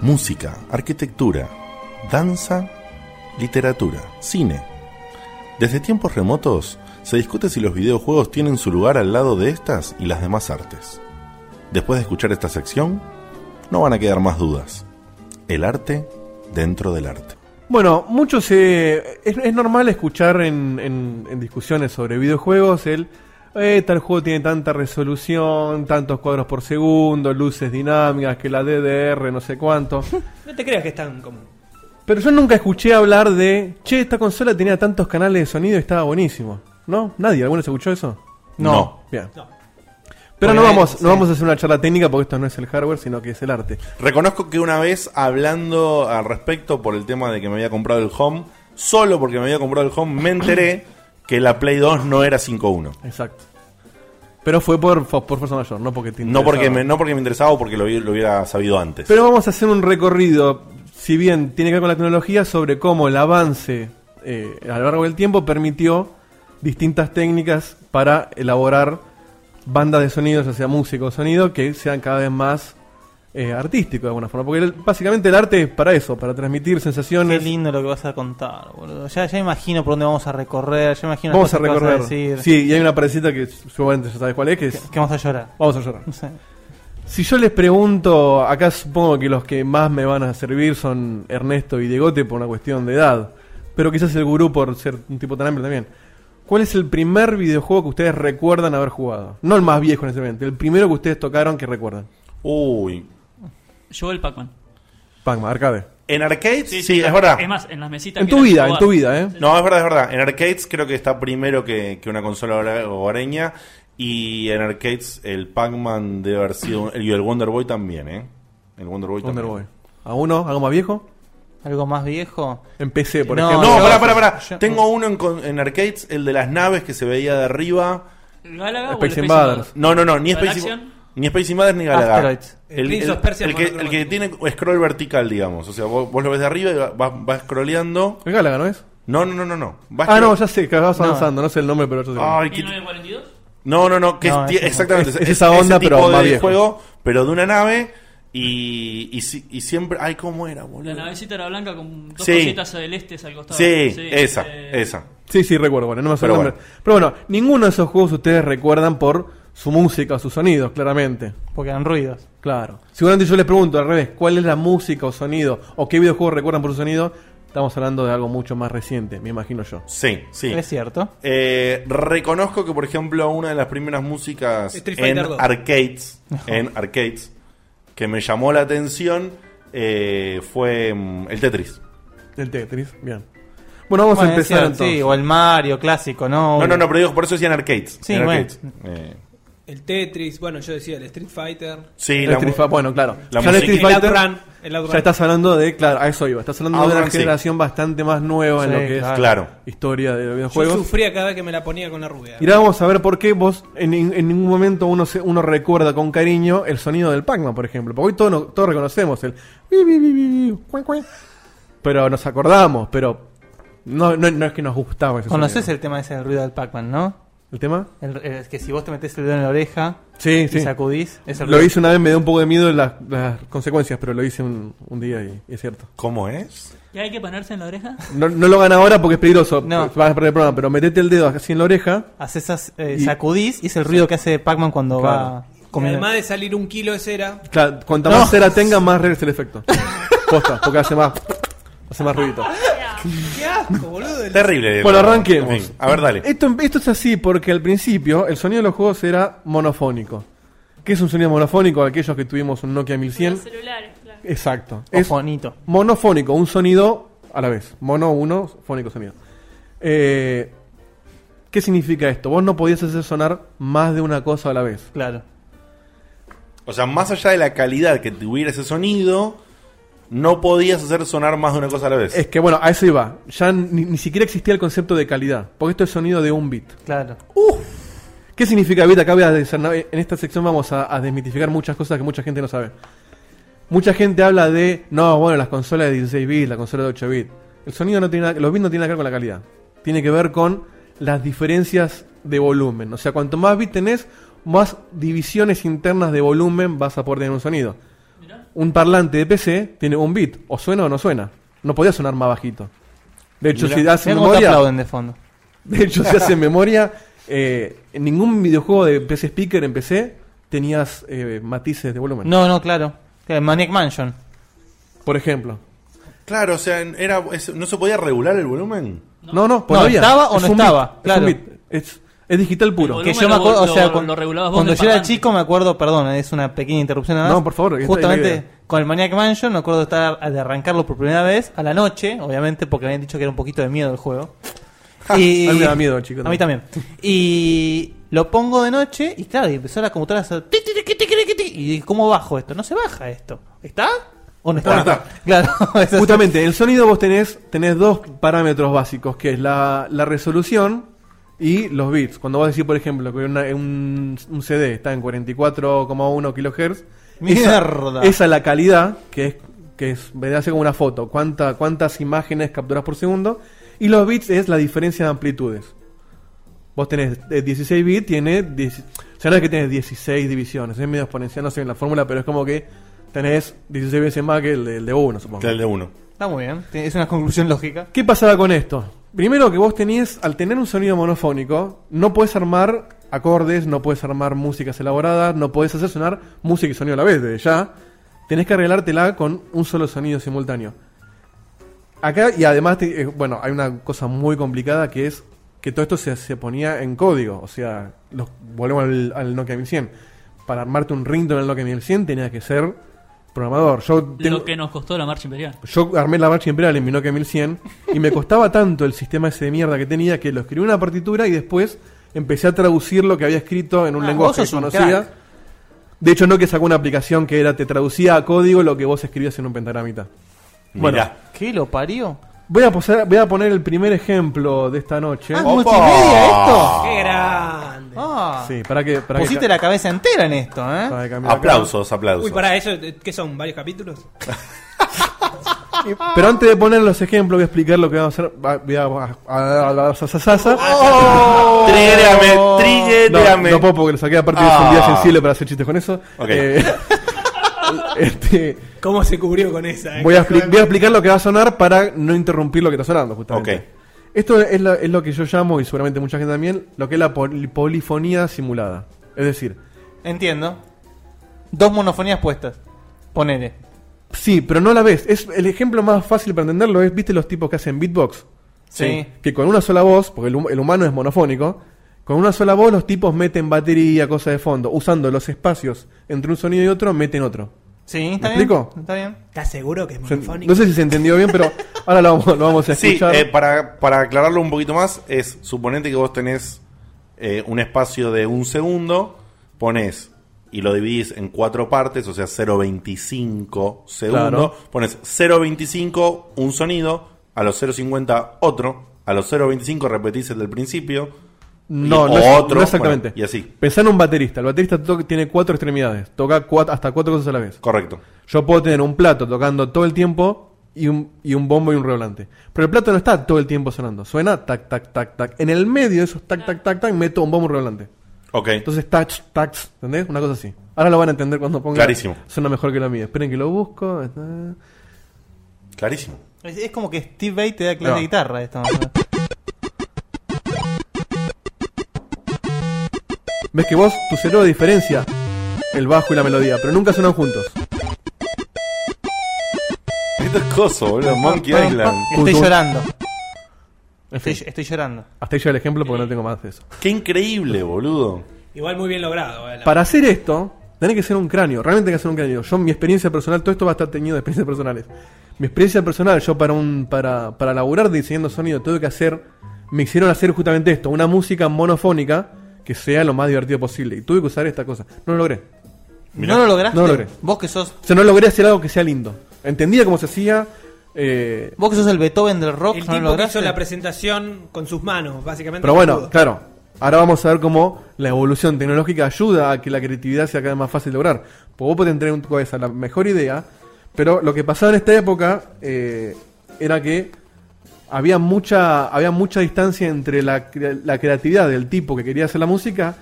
música, arquitectura, danza, literatura, cine. Desde tiempos remotos se discute si los videojuegos tienen su lugar al lado de estas y las demás artes. Después de escuchar esta sección, no van a quedar más dudas. El arte dentro del arte. Bueno, muchos eh, es, es normal escuchar en, en- en discusiones sobre videojuegos el eh, tal juego tiene tanta resolución, tantos cuadros por segundo, luces dinámicas, que la DDR, no sé cuánto. No te creas que es tan común. Pero yo nunca escuché hablar de, che, esta consola tenía tantos canales de sonido y estaba buenísimo. ¿No? ¿Nadie? ¿Alguno se escuchó eso? No. Bien. No. Pero no Bueno, vamos, sí. no vamos a hacer una charla técnica porque esto no es el hardware, sino que es el arte. Reconozco que una vez hablando al respecto por el tema de que me había comprado el home, solo porque me había comprado el home, me enteré que la Play 2 no era 5.1. Exacto. Pero fue por, fo- por fuerza mayor, no porque te No porque, interesaba. me, no porque me interesaba o porque lo, hubi- lo hubiera sabido antes. Pero vamos a hacer un recorrido, si bien tiene que ver con la tecnología, sobre cómo el avance eh, a lo largo del tiempo permitió distintas técnicas para elaborar bandas de sonidos, ya sea música o sonido, que sean cada vez más eh, artísticos de alguna forma. Porque el- básicamente el arte es para eso, para transmitir Qué sensaciones. lindo lo que vas a contar, boludo. Ya, ya imagino por dónde vamos a recorrer, ya imagino Vamos a las cosas que vas recorrer. decir. Sí, y hay una parecita que seguramente ya sabes cuál es, que es... Que, que vamos a llorar. Vamos a llorar. No sé. Si yo les pregunto, acá supongo que los que más me van a servir son Ernesto y Diegote por una cuestión de edad, pero quizás el gurú por ser un tipo tan amplio también. ¿Cuál es el primer videojuego que ustedes recuerdan haber jugado? No el más viejo necesariamente, el primero que ustedes tocaron que recuerdan. Uy. Yo el Pac-Man. Pac-Man, arcade. En arcades, sí, es la- verdad. Es más, en las Ah. mesitas. En que tu eran vida, en jugar. tu vida, ¿eh? No, es verdad, es verdad. En arcades creo que está primero que, que una consola hora- hogareña. Y en arcades el Pac-Man debe haber sido. un- Y el Wonder Boy también, ¿eh? El Wonder Boy Wonder Boy. también. ¿A uno? ¿Algo más viejo? ¿Algo más viejo? En PC, por No, ejemplo. No, Yo- pará, pará, pará. yo- Tengo uno en, con- en arcades, el de las naves que se veía de arriba. Galaga o el Space Space Invaders. Invaders. No, no, no, ni Space, ¿Galaxian? ni Space Invaders ni Galaga. Asteroids. El Prince of Persia el que, el que tiene scroll vertical, digamos. O sea, vos, vos lo ves de arriba y vas, vas- vas scrolleando. ¿El Galaga no es? No, no, no, no. no. Vas Ah, scroll- no, ya sé, que vas No. avanzando, no sé el nombre, pero yo sé. Ay, qué- 1942. No, no, no, que No, es ti- ese no. exactamente Es- es esa onda, ese pero tipo más de viejo. juego, pero de una nave y, y, si- y siempre, ay, cómo era, La boludo. navecita era blanca con dos Sí. cositas celestes al costado. Sí, esa, eh, esa. Sí, sí, recuerdo, bueno, no me Pero acuerdo. el nombre. Pero bueno, ninguno de esos juegos ustedes recuerdan por su música, sus sonidos, claramente. Porque eran ruidos. Claro. Seguramente yo les pregunto al revés, ¿cuál es la música o sonido? ¿O qué videojuegos recuerdan por su sonido? Estamos hablando de algo mucho más reciente, me imagino yo. Sí, sí. Es cierto. Eh, reconozco que, por ejemplo, una de las primeras músicas Street en Fighter 2. arcades, en arcades, que me llamó la atención eh, fue mm, el Tetris. El Tetris, bien. Bueno, vamos Bueno, a es empezar cierto, entonces. sí, o el Mario clásico, ¿no? No, no, no, pero digo, por eso decían arcades. Sí, en bueno. arcades. Eh, El Tetris, bueno, yo decía el Street Fighter. sí, El la mu- Street Fighter, bueno, claro. la Ya el música. Street Fighter, El Outrun, el Outrun. ya estás hablando de, claro, a eso iba, estás hablando de una Outrun, sí. generación bastante más nueva en Sí, lo que claro. Claro. es historia de los Yo videojuegos. sufría cada vez que me la ponía con la rubia. Y ahora vamos a ver por qué vos en, nin- en ningún momento uno se- uno recuerda con cariño el sonido del Pac-Man, por ejemplo. Porque hoy todos, no- todos reconocemos el... bi, bi, bi, bi, bi, cuan, cuan. Pero nos acordamos, pero no, no, no es que nos gustaba ese Conoces sonido. el tema ese del ruido del Pac-Man, ¿no? el tema? El- el- que si vos te metés el dedo en la oreja Sí, y sí. sacudís, es el Lo ruido. hice una vez, me dio un poco de miedo las, las consecuencias, pero lo hice un, un día y, y es cierto. ¿Cómo es? ¿Y hay que ponerse en la oreja? No, no lo hagan ahora porque es peligroso, No. vas a perder el programa, pero metete el dedo así en la oreja. Haces esas, eh, Y- sacudís y es el ruido que hace Pac-Man cuando Claro. va Y comiendo. además de salir un kilo de cera, Claro, cuanta No. más cera tenga, más real es el efecto. Posta, porque hace más... Hace más ruidito. qué asco, boludo. El- Terrible. Bueno, pero- arranquemos. Eh, en fin, a ver, dale. Esto, esto es así porque al principio el sonido de los juegos era monofónico. ¿Qué es un sonido monofónico? Aquellos que tuvimos un Nokia 1100. Los celulares, claro. Exacto. O Es fonito. monofónico, un sonido a la vez. Mono, uno, fónico, sonido. Eh, ¿Qué significa esto? Vos no podías hacer sonar más de una cosa a la vez. Claro. O sea, más allá de la calidad que tuviera ese sonido, no podías hacer sonar más de una cosa a la vez. Es que bueno, a eso iba. Ya ni, ni siquiera existía el concepto de calidad, porque esto es sonido de un bit. Claro. ¿Qué significa bit? Acá voy a desarna- En esta sección vamos a, a desmitificar muchas cosas que mucha gente no sabe. Mucha gente habla de, no, bueno, las consolas de 16 bits, la consola de 8 bits. El sonido no tiene nada, los bits no tienen nada que ver con la calidad. Tiene que ver con las diferencias de volumen. O sea, cuanto más bits tenés, más divisiones internas de volumen vas a poder tener en un sonido. Mirá. un parlante de PC tiene un bit, o suena o no suena. No podía sonar más bajito. De hecho, si Mirá hacen cómo te memoria, aplauden de fondo. de hecho, si hacen memoria, eh, en ningún videojuego de PC Speaker en PC tenías eh, matices de volumen. No, no, claro. Claro, Maniac Mansion. Por ejemplo. Claro, o sea, en- era, es- no se podía regular el volumen. No, no, pues No, había. ¿estaba o no Es un bit, estaba? es un Claro. bit, Es, es digital puro. El Que volumen yo me lo- acuerdo, o lo- sea, cuan- lo regulabas vos cuando del yo era parlante. chico me acuerdo, perdón, eh, es una pequeña interrupción nada más. No, por favor, que está bien la Justamente idea. con el Maniac Mansion me acuerdo de estar de arrancarlo por primera vez a la noche, obviamente porque habían dicho que era un poquito de miedo el juego. y, a mí me da miedo, chico, A mí también. Y lo pongo de noche y claro, y empezó la computadora a hacer ti, ti, ti, ti, ti, ti, ti, y dije, ¿cómo bajo esto? No se baja esto. ¿Está? ¿O no está? No, no está. Claro, eso es- Justamente, en el sonido vos tenés, tenés dos parámetros básicos, que es la, la resolución y los bits. Cuando vos decís, por ejemplo, que una- un, un CD está en 44,1 kilohertz, Mierda. Esa, esa es la calidad, que es, que es, vendría a ser como una foto, cuánta, cuántas imágenes capturas por segundo, y los bits es la diferencia de amplitudes. Vos tenés eh, 16 bits, tiene 10, o sea, no es que tenés 16 divisiones, es medio exponencial, no sé en la fórmula, pero es como que tenés 16 veces más que el de, el de uno, supongo. Que era el de uno. Está muy bien, te- es una conclusión lógica. ¿Qué pasaba con esto? Primero que vos tenías, al tener un sonido monofónico, no puedes armar acordes, no puedes armar músicas elaboradas, no puedes hacer sonar música y sonido a la vez, desde ya. Tenés que arreglártela con un solo sonido simultáneo. Acá, y además, te- eh, bueno, hay una cosa muy complicada que es que todo esto se, se ponía en código. O sea, los- volvemos al, al Nokia 1100. Para armarte un ringtone en el Nokia 1100 tenías que ser programador. Yo tengo- Lo que nos costó la marcha imperial. yo armé la marcha imperial en mi Nokia 1100 y me costaba tanto el sistema ese de mierda que tenía que lo escribí en una partitura y después empecé a traducir lo que había escrito en un Ah, vos lenguaje sos que un conocía. crack. De hecho, Nokia sacó una aplicación que era te traducía a código lo que vos escribías en un pentagramita. Bueno, Mirá. ¿Qué lo parió? voy a, posar- voy a poner el primer ejemplo de esta noche. Ah, Opa. multimedia esto? ¡Qué grande! Ah, Sí, para que. Para pusiste que la cabeza entera en esto, ¿eh? para que cambie la Aplausos, aplausos. Uy, para eso, eh, ¿qué son? ¿Varios capítulos? cara. Pero antes de poner los ejemplos, voy a explicar lo que vamos a hacer. Va- Voy a. a- a- a- a- sa- sa- sa- Trígueame, No, trígueame. Oh. no puedo porque lo saqué, aparte es un Ah. día sensible para hacer chistes con eso. Ok. Eh, este, ¿Cómo se cubrió con esa? eh? voy, a expli- voy a explicar lo que va a sonar para no interrumpir lo que está sonando, justamente. Ok. Esto es lo, es lo que yo llamo, y seguramente mucha gente también, lo que es la pol- polifonía simulada. Es decir, Entiendo. Dos monofonías puestas. Ponele. sí, pero no la ves. Es, el ejemplo más fácil para entenderlo es, viste, los tipos que hacen beatbox. Sí. Que con una sola voz, porque el, hum- el humano es monofónico, con una sola voz los tipos meten batería, cosas de fondo. Usando los espacios entre un sonido y otro, meten otro. Sí, ¿Me está bien. explico? Está bien. ¿Estás seguro que es Se- monofónico? No sé si se entendió bien, pero ahora lo vamos, lo vamos a Sí, escuchar. eh, para, para aclararlo un poquito más, es suponete que vos tenés eh, un espacio de un segundo, pones y lo dividís en cuatro partes, o sea, 0.25 segundos, Claro. pones 0.25 un sonido, a los 0.50 otro, a los 0.25 repetís el del principio, no, y- no, o es- otro, no exactamente. bueno, y así. Pensá en un baterista. El baterista to- tiene cuatro extremidades. Toca cua- hasta cuatro cosas a la vez. correcto. Yo puedo tener un plato tocando todo el tiempo y un, y un bombo y un redoblante. Pero el plato no está todo el tiempo sonando. Suena tac, tac, tac, tac. En el medio de esos tac, tac, tac, tac, meto un bombo y un redoblante. Ok, Entonces, tax, tax, ¿entendés? Una cosa así. Ahora lo van a entender cuando ponga. Clarísimo. Suena mejor que la mía. Esperen que lo busco. Eh, clarísimo. Es, es como que Steve Bay te da clase No. de guitarra esto. más o menos. Ves que vos, tu cerebro diferencia el bajo y la melodía, pero nunca suenan juntos. Esto es coso, boludo, Monkey Island. Estoy Tum, tum. llorando. En fin, Estoy, estoy llorando. hasta ahí llega el ejemplo porque no tengo más de eso. Qué increíble, boludo. Igual muy bien logrado. eh, la- Para hacer esto, tenés que ser un cráneo, realmente tenés que ser un cráneo. Yo, mi experiencia personal, todo esto va a estar teñido de experiencias personales. Mi experiencia personal, yo para un para, para laburar diseñando sonido, tuve que hacer, me hicieron hacer justamente esto, una música monofónica que sea lo más divertido posible. Y tuve que usar esta cosa. No lo logré. Mirá. ¿No lo lograste? No lo logré. Vos que sos O sea, no logré hacer algo que sea lindo. Entendía cómo se hacía. eh, vos que sos el Beethoven del rock, El no lo tipo que hizo lograste. la presentación con sus manos, básicamente. pero bueno, desnudo. claro. Ahora vamos a ver cómo la evolución tecnológica ayuda a que la creatividad sea cada vez más fácil de lograr. Porque vos podés tener en tu cabeza la mejor idea, pero lo que pasaba en esta época eh, era que había mucha, había mucha distancia entre la, cre- la creatividad del tipo que quería hacer la música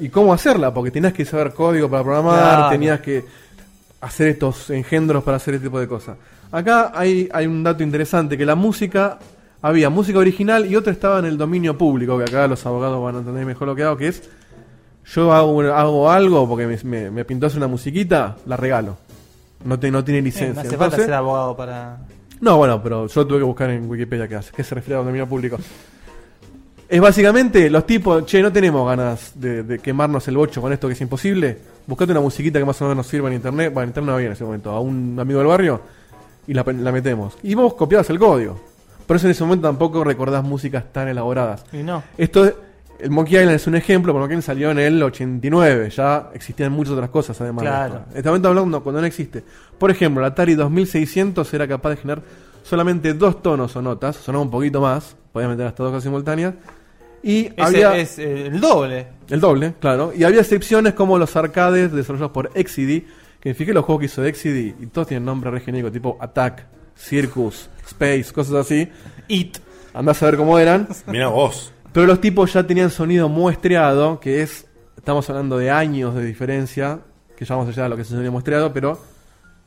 y cómo hacerla, porque tenías que saber código para programar, Claro. tenías que hacer estos engendros para hacer este tipo de cosas. Acá hay, hay un dato interesante, que la música, había música original y otra estaba en el dominio público, que acá los abogados van a entender mejor lo que hago, que es, yo hago, hago algo porque me, me, me pintó hacer una musiquita, la regalo. No, te- no tiene Eh, licencia. no hace falta Entonces- ser abogado para. no, bueno, pero yo tuve que buscar en Wikipedia qué hace, qué se refiere a dominio público. Es básicamente los tipos, che, no tenemos ganas de, de quemarnos el bocho con esto que es imposible. Buscate una musiquita que más o menos nos sirva en internet. Bueno, en internet no había en ese momento, a un amigo del barrio y la, la metemos. Y vos copiabas el código. Por eso en ese momento tampoco recordás músicas tan elaboradas. Y no. Esto, es- el Monkey Island es un ejemplo, porque Monkey Island salió en el 89, ya existían muchas otras cosas además. de Claro. esto. Estamos hablando cuando no existe. Por ejemplo, el Atari 2600 era capaz de generar solamente dos tonos o notas, sonaba un poquito más, podía meter hasta dos cosas simultáneas, y Ese había es eh, el doble. el doble, claro, y había excepciones como los arcades desarrollados por Exidy, que fíjate los juegos que hizo Exidy, y todos tienen nombre re genérico, tipo Attack, Circus, Space, cosas así. It. Andás a ver cómo eran. Mirá vos. Pero los tipos ya tenían sonido muestreado, que es, estamos hablando de años de diferencia, que ya vamos allá de lo que es el sonido muestreado, pero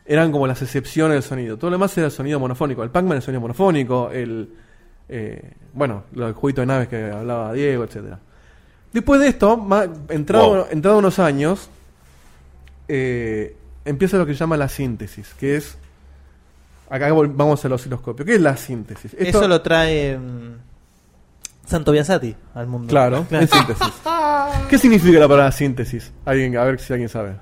eran como las excepciones del sonido. Todo lo demás era sonido monofónico. El Pac-Man era sonido monofónico, el, eh, bueno, lo del juguito de naves que hablaba Diego, etcétera. Después de esto, ma- entrado, Wow. entrado unos años, eh, empieza lo que se llama la síntesis, que es, acá vol- vamos al osciloscopio, ¿qué es la síntesis? Esto- Eso lo trae mm, Santo Biasati al mundo. Claro, en síntesis. ¿Qué significa la palabra síntesis? Alguien, a ver si alguien sabe.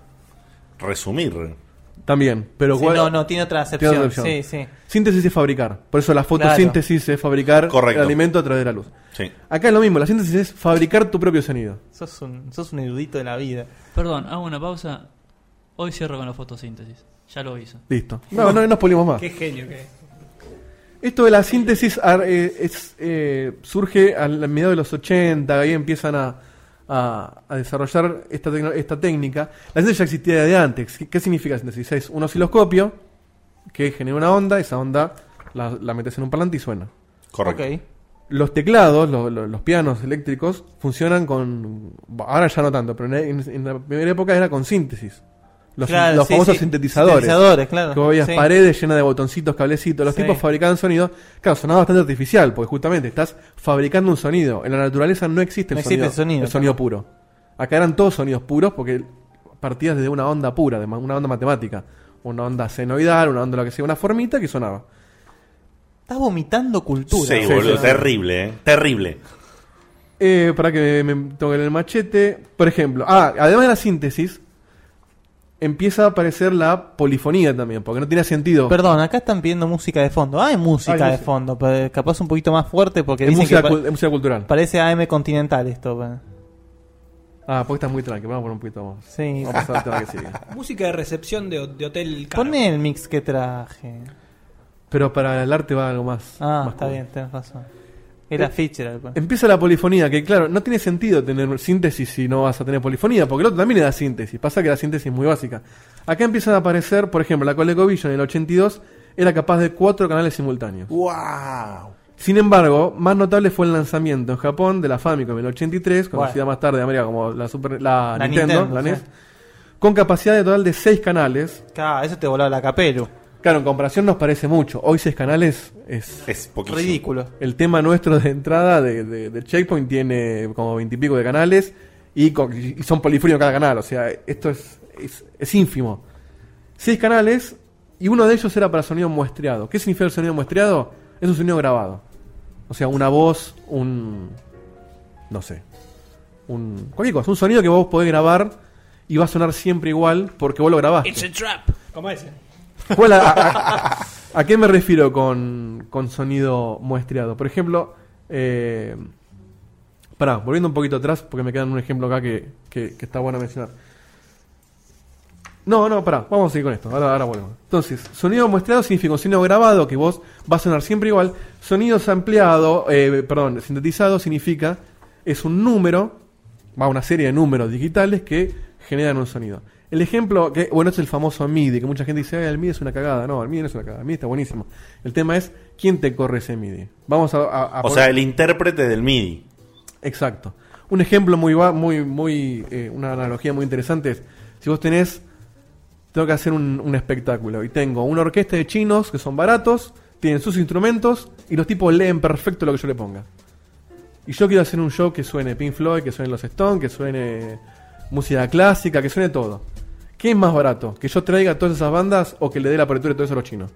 Resumir. También, pero Sí, cuál- no, no, tiene otra acepción. Tiene otra sí, acepción. sí. Síntesis es fabricar. Por eso la fotosíntesis es fabricar Correcto. el alimento a través de la luz. Sí. Acá es lo mismo, la síntesis es fabricar tu propio sonido. Sos un, sos un erudito de la vida. Perdón, hago una pausa. Hoy cierro con la fotosíntesis. Ya lo hizo. Listo. No, no, no nos polimos más. Qué genio que es. Esto de la síntesis ar- eh, es, eh, surge al a mediados de los 80, ahí empiezan a, a- a desarrollar esta, tecno- esta técnica. La síntesis ya existía desde antes. ¿Qué, qué significa síntesis? Es un osciloscopio que genera una onda, esa onda la, la metes en un parlante y suena. Correcto. Ok. Los teclados, lo- lo- los pianos eléctricos, funcionan con... bah, Ahora ya no tanto, pero en, en la primera época era con síntesis. Los, Claro, los sí, famosos sí. sintetizadores. Sintetizadores, claro. Que vos veías Sí. paredes llenas de botoncitos, cablecitos. Los Sí. tipos fabricaban sonido. Claro, sonaba bastante artificial, porque justamente estás fabricando un sonido. En la naturaleza no existe el No sonido. existe el sonido, puro. Acá eran todos sonidos puros porque partías desde una onda pura, de ma- una onda matemática. Una onda senoidal, una onda lo que sea, una formita que sonaba. Estás vomitando cultura. Sí, Sí, boludo. sí. Terrible, ¿eh? Terrible. Eh, para que me, me toquen el machete. Por ejemplo, ah, además de la síntesis, empieza a aparecer la polifonía también, porque no tiene sentido. Perdón, acá están pidiendo música de fondo. Ah, hay música Hay de música. fondo, pero capaz un poquito más fuerte porque es dicen música, que pa- cul- es música cultural. parece AM Continental esto. pues. pa- Ah, porque está muy tranquilo. Vamos a poner un poquito más. Sí. Vamos a pasar al tema pues, que sigue. Música de recepción de, de hotel caro. Ponme el mix que traje. Pero para el arte va algo más. Ah, más está cool. bien, tenés razón. Era pues. Eh, Fischer. pa. Empieza la polifonía, que claro, no tiene sentido tener síntesis si no vas a tener polifonía, porque el otro también era síntesis. Pasa que la síntesis es muy básica. Acá empiezan a aparecer, por ejemplo, la ColecoVision en el 82 era capaz de cuatro canales simultáneos. ¡Wow! Sin embargo, más notable fue el lanzamiento en Japón de la Famicom en el 83, conocida Bueno. más tarde en América como la, Super, la, La Nintendo, Nintendo, la sí. NES, con capacidad de total de 6 canales. Claro, eso te volaba la capelo. Claro, en comparación nos parece mucho. Hoy 6 canales es... Es poquísimo. Ridículo. El tema nuestro de entrada de, de- de Checkpoint tiene como 20 y pico de canales y, co- y son polifonios cada canal. O sea, esto es, es, es ínfimo. 6 canales y uno de ellos era para sonido muestreado. ¿Qué significa el sonido muestreado? Es un sonido grabado. O sea, una voz, un. No sé. Un. Cualquier cosa. Un sonido que vos podés grabar y va a sonar siempre igual porque vos lo It's a grabaste. trap. ¿Cómo ese? ¿Cuál a, a- a- a qué me refiero con, con sonido muestreado? Por ejemplo. Eh, pará, volviendo un poquito atrás porque me quedan un ejemplo acá que, que- que está bueno mencionar. No, no, pará, vamos a seguir con esto. Ahora, ahora volvemos. Entonces, sonido muestreado significa un sonido grabado que vos va a sonar siempre igual. Sonido ampliado, perdón, sintetizado significa es un número, va una serie de números digitales que generan un sonido. El ejemplo, que bueno, es el famoso MIDI, que mucha gente dice, "Ay, el MIDI es una cagada. No, el MIDI no es una cagada, el MIDI está buenísimo. El tema es, ¿quién te corre ese MIDI? Vamos a... a- a O por- sea, el intérprete del MIDI. Exacto. Un ejemplo muy, va- muy, muy, eh, una analogía muy interesante es, si vos tenés tengo que hacer un, un espectáculo. Y tengo una orquesta de chinos que son baratos, tienen sus instrumentos y los tipos leen perfecto lo que yo le ponga. Y yo quiero hacer un show que suene Pink Floyd, que suene Los Stones, que suene música clásica, que suene todo. ¿Qué es más barato? ¿Que yo traiga todas esas bandas o que le dé la apertura de todo eso a los chinos?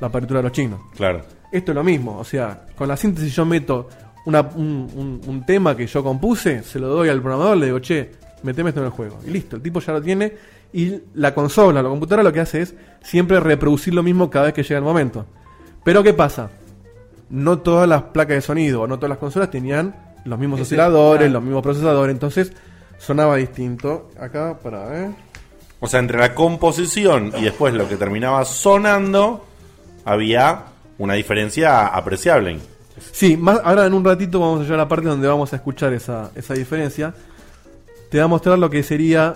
La apertura a los chinos. Claro. Esto es lo mismo, o sea, con la síntesis yo meto una- un, un- un tema que yo compuse, se lo doy al programador, le digo, che, meteme esto en el juego. Y listo, el tipo ya lo tiene. Y la consola, la computadora lo que hace es siempre reproducir lo mismo cada vez que llega el momento. Pero ¿qué pasa? No todas las placas de sonido, no todas las consolas tenían los mismos Ese, osciladores, claro. los mismos procesadores, entonces sonaba distinto. Acá, para, ¿eh? O sea, entre la composición y después lo que terminaba sonando, había una diferencia apreciable. Sí, más, ahora en un ratito vamos a llegar a la parte donde vamos a escuchar esa, esa diferencia. Te va a mostrar lo que sería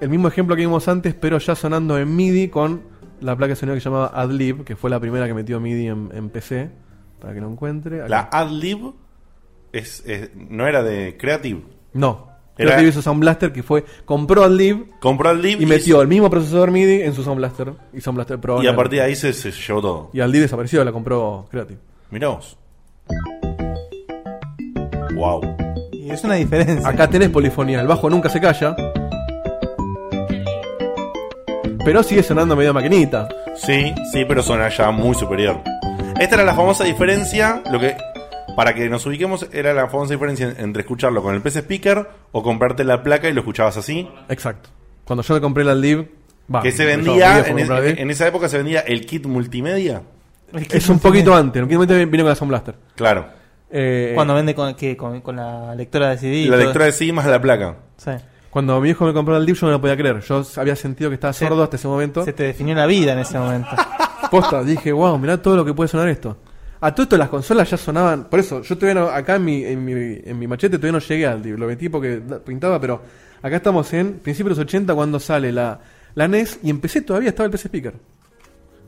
el mismo ejemplo que vimos antes, pero ya sonando en MIDI con la placa de sonido que se llamaba AdLib, que fue la primera que metió MIDI en, en PC, para que lo encuentre. Acá. La AdLib es, es- no era de Creative. No, Era- Creative hizo Sound Blaster que fue, compró AdLib Compró AdLib y metió el mismo procesador MIDI en su Sound Blaster y Sound Blaster Pro. y a en- partir de ahí se, se llevó todo. Y AdLib desapareció, la compró Creative. Mirá vos. Wow. Y es una diferencia. Acá tenés polifonía, el bajo nunca se calla. Pero sigue sonando medio maquinita. Sí, sí, pero suena ya muy superior. Esta era la famosa diferencia, lo que para que nos ubiquemos era la famosa diferencia entre escucharlo con el PC speaker o comprarte la placa y lo escuchabas así, Exacto. Cuando yo le compré la Live, va, que se yo vendía quería en, es- comprar la Live. en esa época se vendía el kit multimedia. es un poquito antes, lo que antes vino con la Sound Blaster. Claro. Eh, Cuando vende con, que, con, con la lectora de CD. y la todo. lectura de sí más la placa. Sí. cuando mi hijo me compró la Live, yo no lo podía creer. Yo s- había sentido que estaba Se- sordo hasta ese momento. Se te definió la vida en ese momento. Posta, dije, wow, mirá todo lo que puede sonar esto. A todo esto las consolas ya sonaban. Por eso, yo todavía no- acá en mi, en, mi, en mi machete todavía no llegué al Div, lo metí porque da- pintaba, pero acá estamos en principios de los 80 cuando sale la, la NES y empecé todavía estaba el PC Speaker.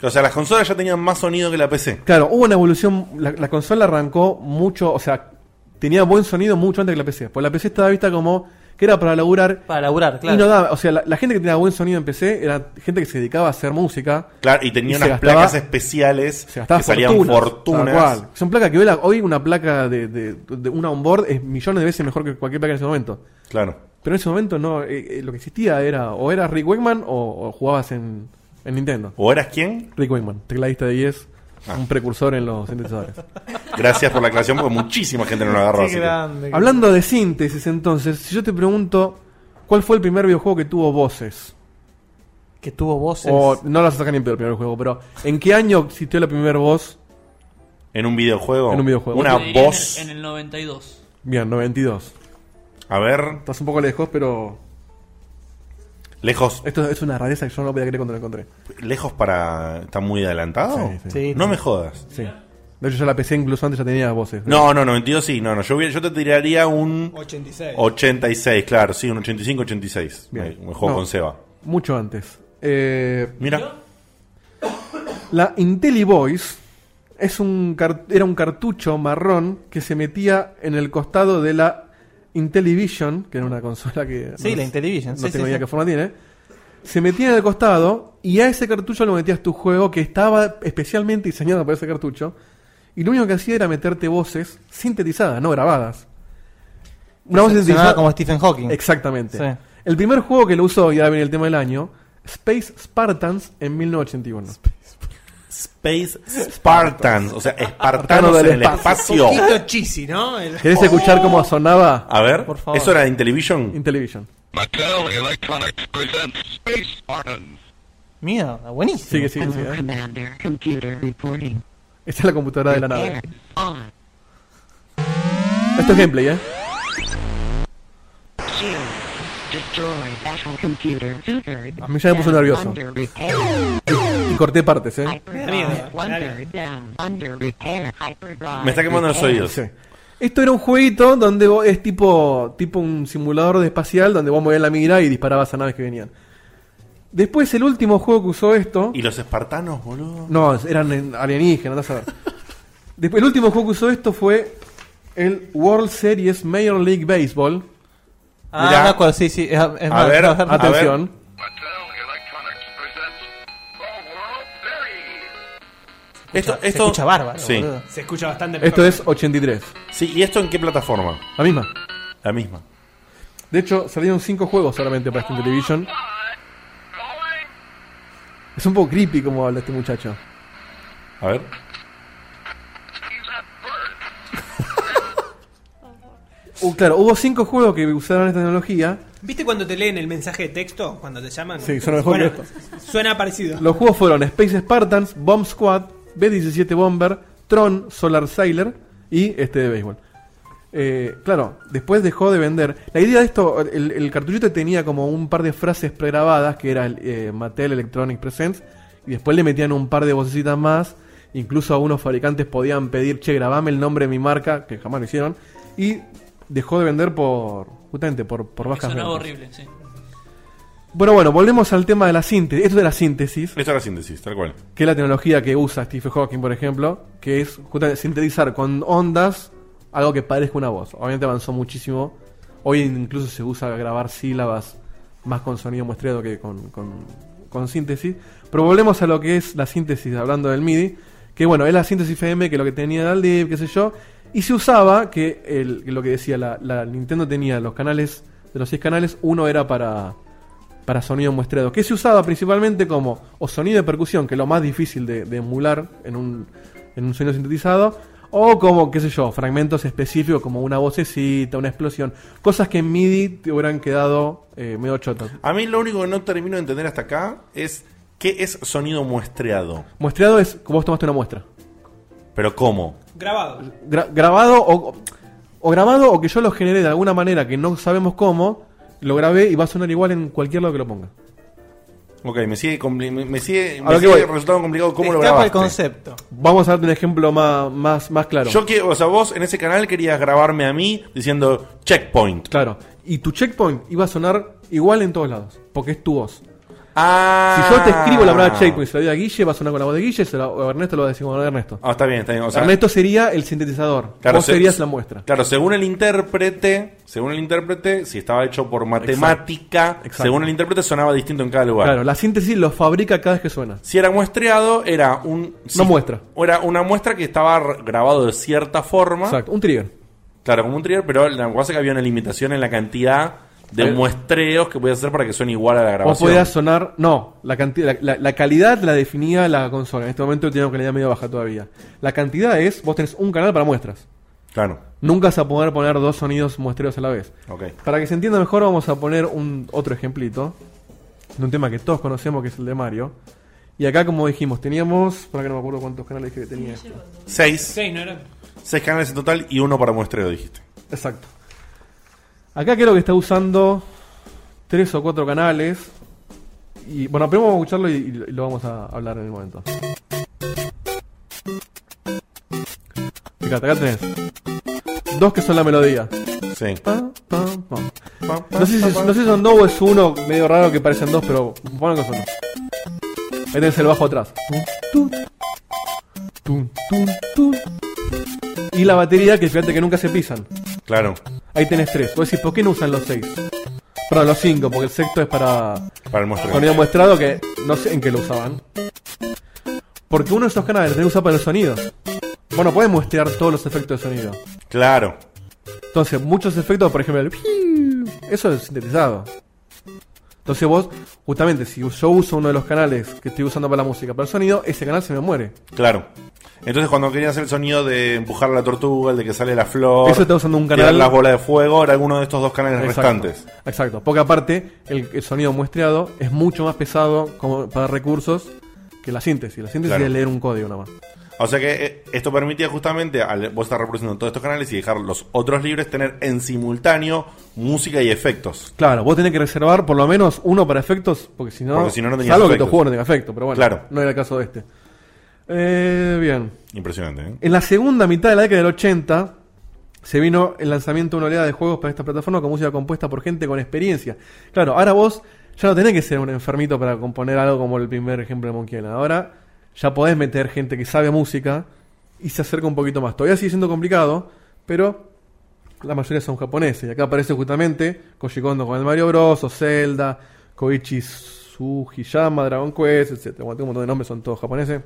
O sea, las consolas ya tenían más sonido que la PC. Claro, hubo una evolución. La, la consola arrancó mucho, o sea, tenía buen sonido mucho antes que la PC. Pues la PC estaba vista como que era para laburar. Para laburar, claro. Y no daba, o sea, la, la gente que tenía buen sonido en PC era gente que se dedicaba a hacer música. Claro, y tenía Y se unas gastaba- placas especiales Se gastaba que salían tal fortunas. cual. Son placas que hoy, la- hoy una placa de, de- de una onboard es millones de veces mejor que cualquier placa en ese momento. Claro. Pero en ese momento no, eh, eh, lo que existía era o era Rick Wakeman o, o jugabas en, en Nintendo. ¿O eras quién? Rick Wakeman, tecladista de 10, Ah. un precursor en los sintetizadores. Gracias por la aclaración porque muchísima gente no lo agarró. Qué así que- grande. Hablando de síntesis entonces, si yo te pregunto cuál fue el primer videojuego que tuvo voces, Que tuvo voces. o no las sacan ni en pedo el primer juego, pero ¿en qué año existió la primera voz? En un videojuego. En un videojuego. Una Te diría en voz. el- En el, 92. Bien, 92. A ver, Estás un poco lejos, pero lejos. esto es una rareza que yo no podía creer cuando la encontré. Lejos para. ¿Está muy adelantado? Sí, sí. Oh, Sí. No me jodas. Sí. De hecho, ya la PC incluso antes ya tenía voces. No, no, 92 sí, no, no. Yo, hubiera- yo te tiraría un 86. 86, claro, sí, un 85-86. Bien. Un juego No. con Seba. Mucho antes. Eh, Mira, La IntelliVoice es un car- era un cartucho marrón que se metía en el costado de la Intellivision, que era una consola que Sí, la Intellivision, no sí, sí, tengo idea sí. qué forma tiene. Se metía en el costado y a ese cartucho lo metías tu juego que estaba especialmente diseñado para ese cartucho y lo único que hacía era meterte voces sintetizadas, no grabadas. Una voz Sonaba sintetizada como Stephen Hawking. Exactamente. Sí. El primer juego que lo usó, y ahora viene el tema del año, Space Spartans en 1981. Space Spartans, o sea, Espartanos espartanos en del el espacio. Poquito cheesy, ¿no? El- ¿Querés escuchar cómo sonaba A ver, Por favor. ¿eso era en televisión? Intellivision? Mattel Electronics presents Space Spartans. Mierda, buenísimo. Sigue, sigue, Hello, sigue. Commander. Computer reporting. Esta es la computadora de la nave. Air on. Esto es gameplay, ¿eh? Shield. Destroy battle computer. Two-third. A mí ya me puso down, nervioso. Under repair. Y corté partes, ¿eh? Hyperdrive. One-third down. Under repair. Hyperdrive. Me está quemando los oídos. Sí. Esto era un jueguito donde vos- es tipo, tipo un simulador de espacial donde vos movías la mira y disparabas a naves que venían. Después, el último juego que usó esto. ¿Y los espartanos, boludo? No, eran en- alienígenas, andás a ver. Después, el último juego que usó esto fue el World Series Major League Baseball. Ah, Mirá. me acuerdo, sí, sí. Es, es A ver, es a ver. Atención. Mattel Electronics escucha, Esto- se esto- escucha bárbaro. Sí. boludo. Se escucha bastante mejor. Esto es 83. Sí, ¿y esto en qué plataforma? La misma. La misma. De hecho, salieron 5 juegos solamente para Steam Television. Es un poco creepy como habla este muchacho. A ver. Uh, claro, hubo 5 juegos que usaron esta tecnología. ¿Viste cuando te leen el mensaje de texto? Cuando te llaman. Sí, suena mejor Bueno, que Suena parecido. Los juegos fueron Space Spartans, Bomb Squad, B-17 Bomber, Tron, Solar Sailor y este de béisbol. Eh, claro, después dejó de vender. La idea de esto, el, el cartuchito tenía como un par de frases pregrabadas, que era el, eh, Mattel Electronic Presents, y después le metían un par de vocecitas más. Incluso algunos fabricantes podían pedir, che, grabame el nombre de mi marca, que jamás lo hicieron. Y dejó de vender por, justamente, por, por bajas Sonaba ventas. horrible, sí. Bueno, bueno, volvemos al tema de la síntesis. Esto de la síntesis Esta es la síntesis, tal cual. que es la tecnología que usa Stephen Hawking, por ejemplo, que es justamente sintetizar con ondas algo que parezca una voz. Obviamente avanzó muchísimo. Hoy incluso se usa grabar sílabas más con sonido muestreo que con, con- con síntesis. Pero volvemos a lo que es la síntesis, hablando del MIDI, que bueno, es la síntesis FM, que lo que tenía era el DIV, qué sé yo. Y se usaba, que el- que lo que decía, la, la Nintendo tenía los canales, de los seis canales, uno era para, para sonido muestreado, que se usaba principalmente como o sonido de percusión, que es lo más difícil de, de emular en un, en un sonido sintetizado, o como, qué sé yo, fragmentos específicos como una vocecita, una explosión, cosas que en MIDI te hubieran quedado eh, medio chotas. A mí lo único que no termino de entender hasta acá es qué es sonido muestreado. Muestreado es como vos tomaste una muestra. Pero ¿cómo? Grabado. Gra- grabado o, o grabado o que yo lo generé de alguna manera que no sabemos cómo, lo grabé y va a sonar igual en cualquier lado que lo ponga. Ok, me sigue, compli- me me sigue, A lo me que sigue voy. resultando complicado cómo lo Te escapa grabaste. el concepto. Vamos a darte un ejemplo más, más, más claro. Yo que, o sea, vos en ese canal querías grabarme a mí diciendo checkpoint. Claro. Y tu checkpoint iba a sonar igual en todos lados, porque es tu voz. Si Ah. yo te escribo la palabra checkpoint y se la doy a Guille, va a sonar con la voz de Guille, se la- o a Ernesto lo va a decir con la de Ernesto. Ah, está bien, está bien. O sea, Ernesto sería el sintetizador. claro, vos se- serías la muestra. Claro, según el intérprete, según el intérprete, si estaba hecho por matemática, Exacto. según el intérprete sonaba distinto en cada lugar. Claro, la síntesis lo fabrica cada vez que suena. Si era muestreado, era un sí, muestra. o Era una muestra que estaba r- grabado de cierta forma. Exacto, un trigger. Claro, como un trigger, pero la cosa es que había una limitación en la cantidad de Claro. muestreos que podías hacer para que suene igual a la Eh. Vos grabación. podías sonar. No, la, cantidad, la, la- la calidad la definía la consola. En este momento tiene una calidad medio baja todavía. La cantidad es: vos tenés un canal para muestras. Claro. Nunca vas a poder poner dos sonidos muestreos a la vez. Ok. Para que se entienda mejor, vamos a poner un otro ejemplito de un tema que todos conocemos, que es el de Mario. Y acá, como dijimos, teníamos. Para que no me acuerdo cuántos canales dije que tenía. esto. Seis. Sí, no era. Seis canales en total y uno para muestreo, dijiste. Exacto. Acá creo que está usando tres o cuatro canales. Y bueno, primero vamos a escucharlo y, y lo vamos a hablar en el momento. Fíjate, acá tenés. Dos que son la melodía. Sí. Pa, pa, pa. Ah, No sé, si, no sé si son dos o es uno medio raro que parecen dos, pero bueno que son dos. Ahí tenés Este el bajo atrás. Tun, tun, tun, tun, tun. Y la batería que fíjate que nunca se pisan. Claro. Ahí tenés tres. Vos decís, ¿por qué no usan los seis? Perdón, los cinco, porque el sexto es para Para el muestreo. sonido muestrado que no sé en qué lo usaban. Porque uno de esos canales tenés que usar para los sonidos. Bueno, puedes muestrear todos los efectos de sonido. Claro. Entonces, muchos efectos, por ejemplo, el piu, eso es sintetizado. Entonces vos, justamente, si yo uso uno de los canales que estoy usando para la música, para el sonido, ese canal se me muere. Claro. Entonces cuando querías hacer el sonido de empujar a la tortuga, el de que sale la flor, Eso está usando un tirar canal- las bolas de fuego, era alguno de estos dos canales restantes. Exacto. Porque aparte, el, el sonido muestreado es mucho más pesado como para recursos que la síntesis. La síntesis Claro. es leer un código nada más. O sea que eh, esto permitía justamente, al vos estar reproduciendo todos estos canales y dejar los otros libres, tener en simultáneo música y efectos. Claro, vos tenés que reservar por lo menos uno para efectos, porque si no, Porque si no, no tenías salvo que tu efectos. juego no tenga efecto, pero bueno, Claro. no era el caso de este. Eh, bien. Impresionante, ¿eh? En la segunda mitad de la década del 80 se vino el lanzamiento de una oleada de juegos para esta plataforma con música compuesta por gente con experiencia. Claro, ahora vos ya no tenés que ser un enfermito para componer algo como el primer ejemplo de Monkey Island. Ahora ya podés meter gente que sabe música y se acerca un poquito más. Todavía sigue siendo complicado, pero la mayoría son japoneses. Y acá aparece justamente Koji Kondo con el Mario Bros, o Zelda, Koichi Sugiyama, Dragon Quest, etc. Bueno, tengo un montón de nombres, son todos japoneses.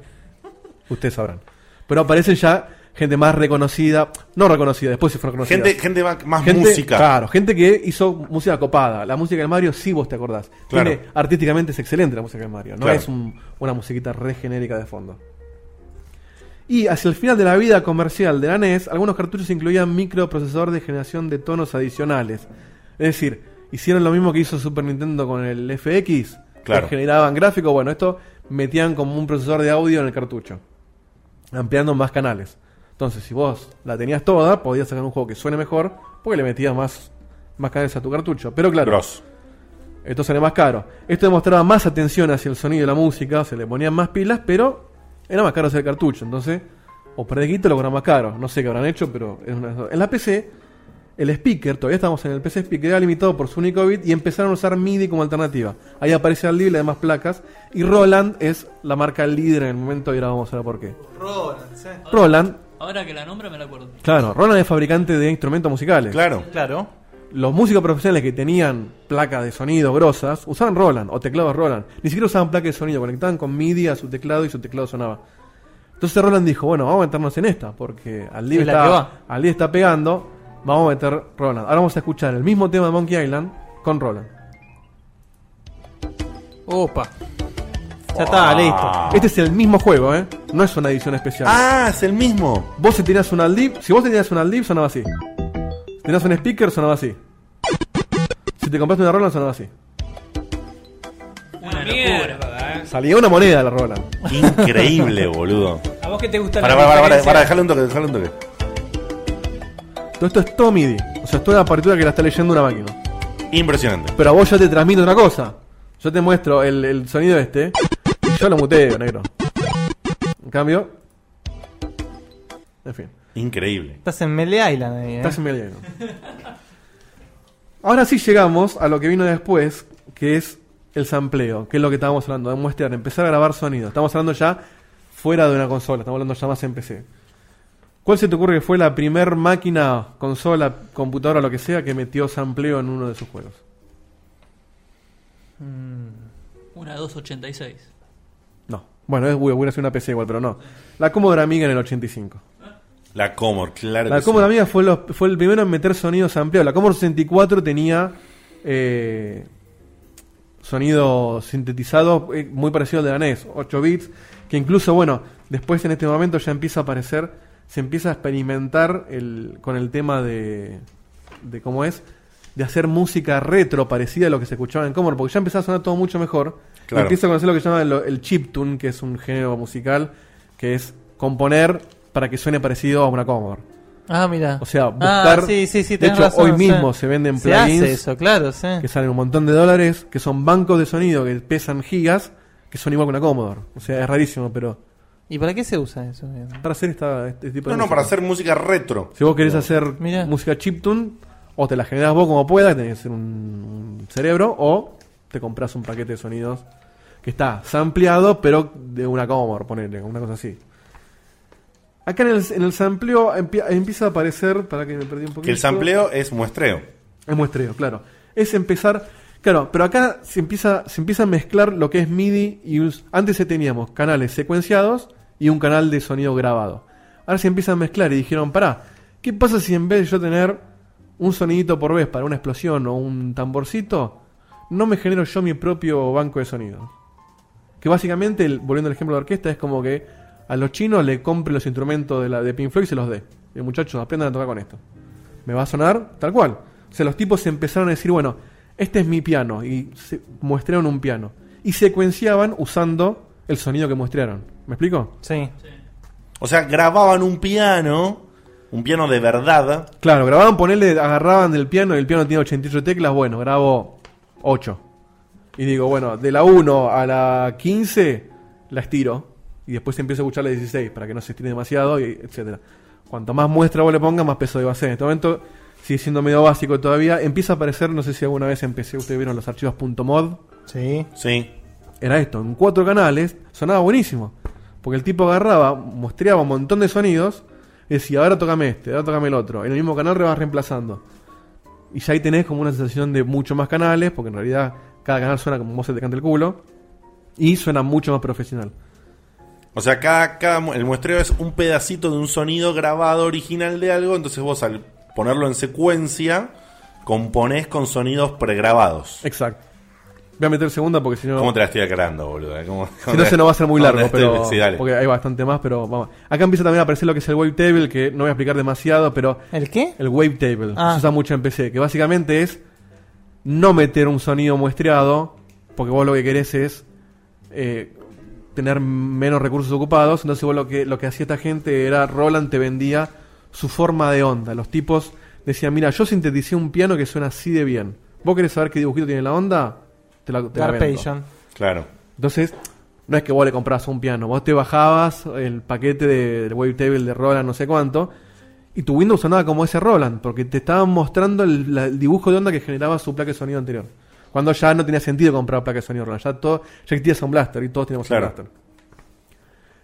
ustedes sabrán. Pero aparece ya gente más reconocida, no reconocida, después se fueron reconocidas. Gente, gente va- más Gente- música. Claro, gente que hizo música copada. La música del Mario, sí vos te acordás. Claro. Tiene- artísticamente es excelente la música del Mario. No Claro. es un- una musiquita re genérica de fondo. Y hacia el final de la vida comercial de la NES, algunos cartuchos incluían microprocesador de generación de tonos adicionales. Es decir, hicieron lo mismo que hizo Super Nintendo con el FX. Claro. que Generaban gráficos. Bueno, esto metían como un procesador de audio en el cartucho ampliando más canales. Entonces, si vos la tenías toda, podías sacar un juego que suene mejor, porque le metías más, más canales a tu cartucho. Pero claro, Gross. esto sale más caro. Esto demostraba más atención hacia el sonido y la música, se le ponían más pilas, pero era más caro hacer el cartucho. Entonces, o perdés guita o lo cobran más caro. No sé qué habrán hecho, pero es una- en la PC, el speaker, todavía estamos en el PC speaker, era limitado por su único bit y empezaron a usar MIDI como alternativa. Ahí aparece Aldi y las demás placas. Y Roland es la marca líder en el momento y ahora vamos a ver por qué. Roland, ¿sí? Roland Ahora que la nombra me la acuerdo. Claro, Roland es fabricante de instrumentos musicales. Claro. Claro. Los músicos profesionales que tenían placas de sonido grosas usaban Roland o teclados Roland. Ni siquiera usaban placas de sonido, conectaban con MIDI a su teclado y su teclado sonaba. Entonces Roland dijo, bueno, vamos a meternos en esta, porque al día Es la que va. está, Aldi está pegando, vamos a meter Roland. Ahora vamos a escuchar el mismo tema de Monkey Island con Roland. Opa. Ya está, listo. Este es el mismo juego, ¿eh? No es una edición especial. Ah, es el mismo. Vos si tenías un Aldib, si vos tenías un Aldib sonaba así. Si tenías un speaker sonaba así. Si te compraste una Roland sonaba así. Una locura. Mierda, ¿eh? Salía una moneda la Roland. Increíble, boludo. A vos que te gusta Para, la para, para, para, diferencia? para, dejale un toque, dejale un toque. Todo esto es todo MIDI. O sea, es toda la partitura que la está leyendo una máquina. Impresionante. Pero a vos yo te transmito una cosa. Yo te muestro el, el sonido este. y Yo lo muteo, negro. En cambio. En fin. Increíble. Estás en Melee Island ahí, ¿eh? Estás en medio. Ahora sí llegamos a lo que vino después, que es el sampleo, que es lo que estábamos hablando, de muestrear, empezar a grabar sonido. Estamos hablando ya fuera de una consola, estamos hablando ya más en PC. ¿Cuál se te ocurre que fue la primer máquina, consola, computadora, lo que sea, que metió sampleo en uno de sus juegos? Una 286. No. Bueno, es, hubiera sido una PC igual, pero no. La Commodore Amiga en el 85. La Comor, claro. La que sí. Commodore Amiga fue, los- fue el primero en meter sonido ampliados. La Commodore 64 tenía eh, sonido sintetizado eh, muy parecido al de la NES, 8 bits, que incluso, bueno, después en este momento ya empieza a aparecer, se empieza a experimentar el, con el tema de, de cómo es, de hacer música retro parecida a lo que se escuchaba en Commodore, porque ya empezaba a sonar todo mucho mejor. Claro. Empieza a conocer lo que llaman lo- el chiptune, que es un género musical, que es componer para que suene parecido a una Commodore. Ah, mira. O sea, buscar- Ah, sí, sí, sí, de tenés hecho, razón, hoy sí. mismo se venden Se plugins hace eso, claro, sí. que salen un montón de dólares, que son bancos de sonido que pesan gigas, que son igual que una Commodore. O sea, es rarísimo, pero ¿Y para qué se usa eso? mira? para hacer esta, este tipo de No, no, música. para hacer música retro. Si vos querés hacer Mirá. música chiptune, o te la generás vos como puedas, tenés que ser un, un cerebro, o te compras un paquete de sonidos que está sampleado, pero de una Commodore, ponele, una cosa así. Acá en el, en el sampleo empie- empieza a aparecer, para que me perdí un poquito. Que el sampleo es muestreo. Es muestreo, claro. Es empezar. Claro, pero acá se empieza, se empieza a mezclar lo que es MIDI y us- antes se teníamos canales secuenciados y un canal de sonido grabado. Ahora se empieza a mezclar y dijeron, pará, ¿qué pasa si en vez de yo tener un sonidito por vez para una explosión o un tamborcito, no me genero yo mi propio banco de sonidos? Que básicamente, el- volviendo al ejemplo de la orquesta, es como que a los chinos le compre los instrumentos de, la, de Pink Floyd y se los dé. Y muchachos, aprendan a tocar con esto. Me va a sonar tal cual. O sea, los tipos empezaron a decir, bueno, este es mi piano. Y se, muestrearon un piano. Y secuenciaban usando el sonido que muestrearon. ¿Me explico? Sí. O sea, grababan un piano, un piano de verdad. Claro, grababan, ponerle, agarraban del piano y el piano tiene 88 teclas, bueno, grabo 8. Y digo, bueno, de la 1 a la 15 la estiro y después empiezo a escuchar la 16 para que no se estire demasiado, y etcétera. Cuanto más muestra vos le pongas, más peso iba a ser. En este momento sigue siendo medio básico todavía. Empieza a aparecer, no sé si alguna vez empecé, ustedes vieron los archivos .mod. Sí. Sí. Era esto, en cuatro canales, sonaba buenísimo. Porque el tipo agarraba, mostreaba un montón de sonidos, y decía, ahora tocame este, ahora tocame el otro. En el mismo canal lo vas reemplazando. Y ya ahí tenés como una sensación de mucho más canales, porque en realidad cada canal suena como vos se te canta el culo. Y suena mucho más profesional. O sea, cada, cada mu- el muestreo es un pedacito de un sonido grabado original de algo, entonces vos al ponerlo en secuencia, componés con sonidos pregrabados. Exacto. Voy a meter segunda porque si no. ¿Cómo te la estoy aclarando, boludo? ¿Cómo- Si no, se nos va a hacer muy cómo te largo, la estoy- pero Sí, dale. porque hay bastante más, pero vamos. Acá empieza también a aparecer lo que es el wavetable, que no voy a explicar demasiado, pero ¿El qué? el wavetable Ah. se usa mucho en PC, que básicamente es no meter un sonido muestreado, porque vos lo que querés es eh, tener menos recursos ocupados, entonces vos lo que, lo que hacía esta gente era, Roland te vendía su forma de onda, los tipos decían, mira, yo sinteticé un piano que suena así de bien, vos querés saber qué dibujito tiene la onda, te la, te la vendo. Garpation. Claro. Entonces, no es que vos le comprabas un piano, vos te bajabas el paquete de, del wavetable de Roland, no sé cuánto, y tu Windows sonaba como ese Roland, porque te estaban mostrando el, la- el dibujo de onda que generaba su placa de sonido anterior. Cuando ya no tenía sentido comprar placa de sonido Roland, ya, todo, ya existía Sound Blaster y todos teníamos Claro. Sound Blaster.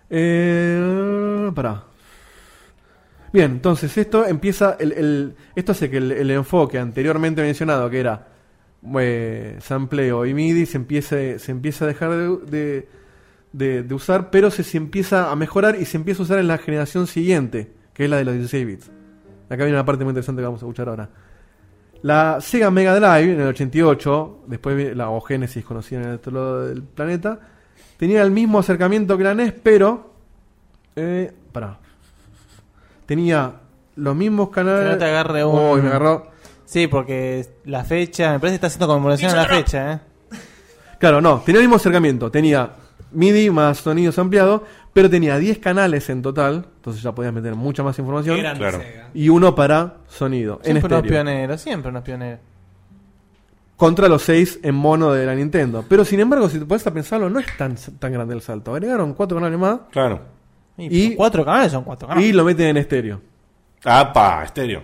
Eh, pará. Bien, entonces esto empieza. El, el- esto hace que el, el enfoque anteriormente mencionado, que era eh, sampleo y MIDI, se empieza, se empieza a dejar de, de- de- de usar, pero se, se empieza a mejorar y se empieza a usar en la generación siguiente, que es la de los 16 bits. Acá viene una parte muy interesante que vamos a escuchar ahora. La Sega Mega Drive en el 88, después vi- la o Genesis conocida en el otro lado del planeta, tenía el mismo acercamiento que la NES, pero. Eh, pará. Tenía los mismos canales. Que no te agarre un- Uy, me agarró. Sí, porque la fecha, me parece que está haciendo conmemoración a la fecha, ¿eh? Claro, no, tenía el mismo acercamiento. Tenía MIDI más sonidos ampliados, pero tenía 10 canales en total, entonces ya podías meter mucha más información. Qué grande Claro. Sega. Y uno para sonido, en Siempre unos estéreo. pioneros, siempre unos pioneros. contra los 6 en mono de la Nintendo. Pero sin embargo, si te pones a pensarlo, no es tan, tan grande el salto. Agregaron cuatro canales más Claro. Y, Y- cuatro canales son cuatro Ah. canales. y lo meten en estéreo. ¡Apa! Estéreo.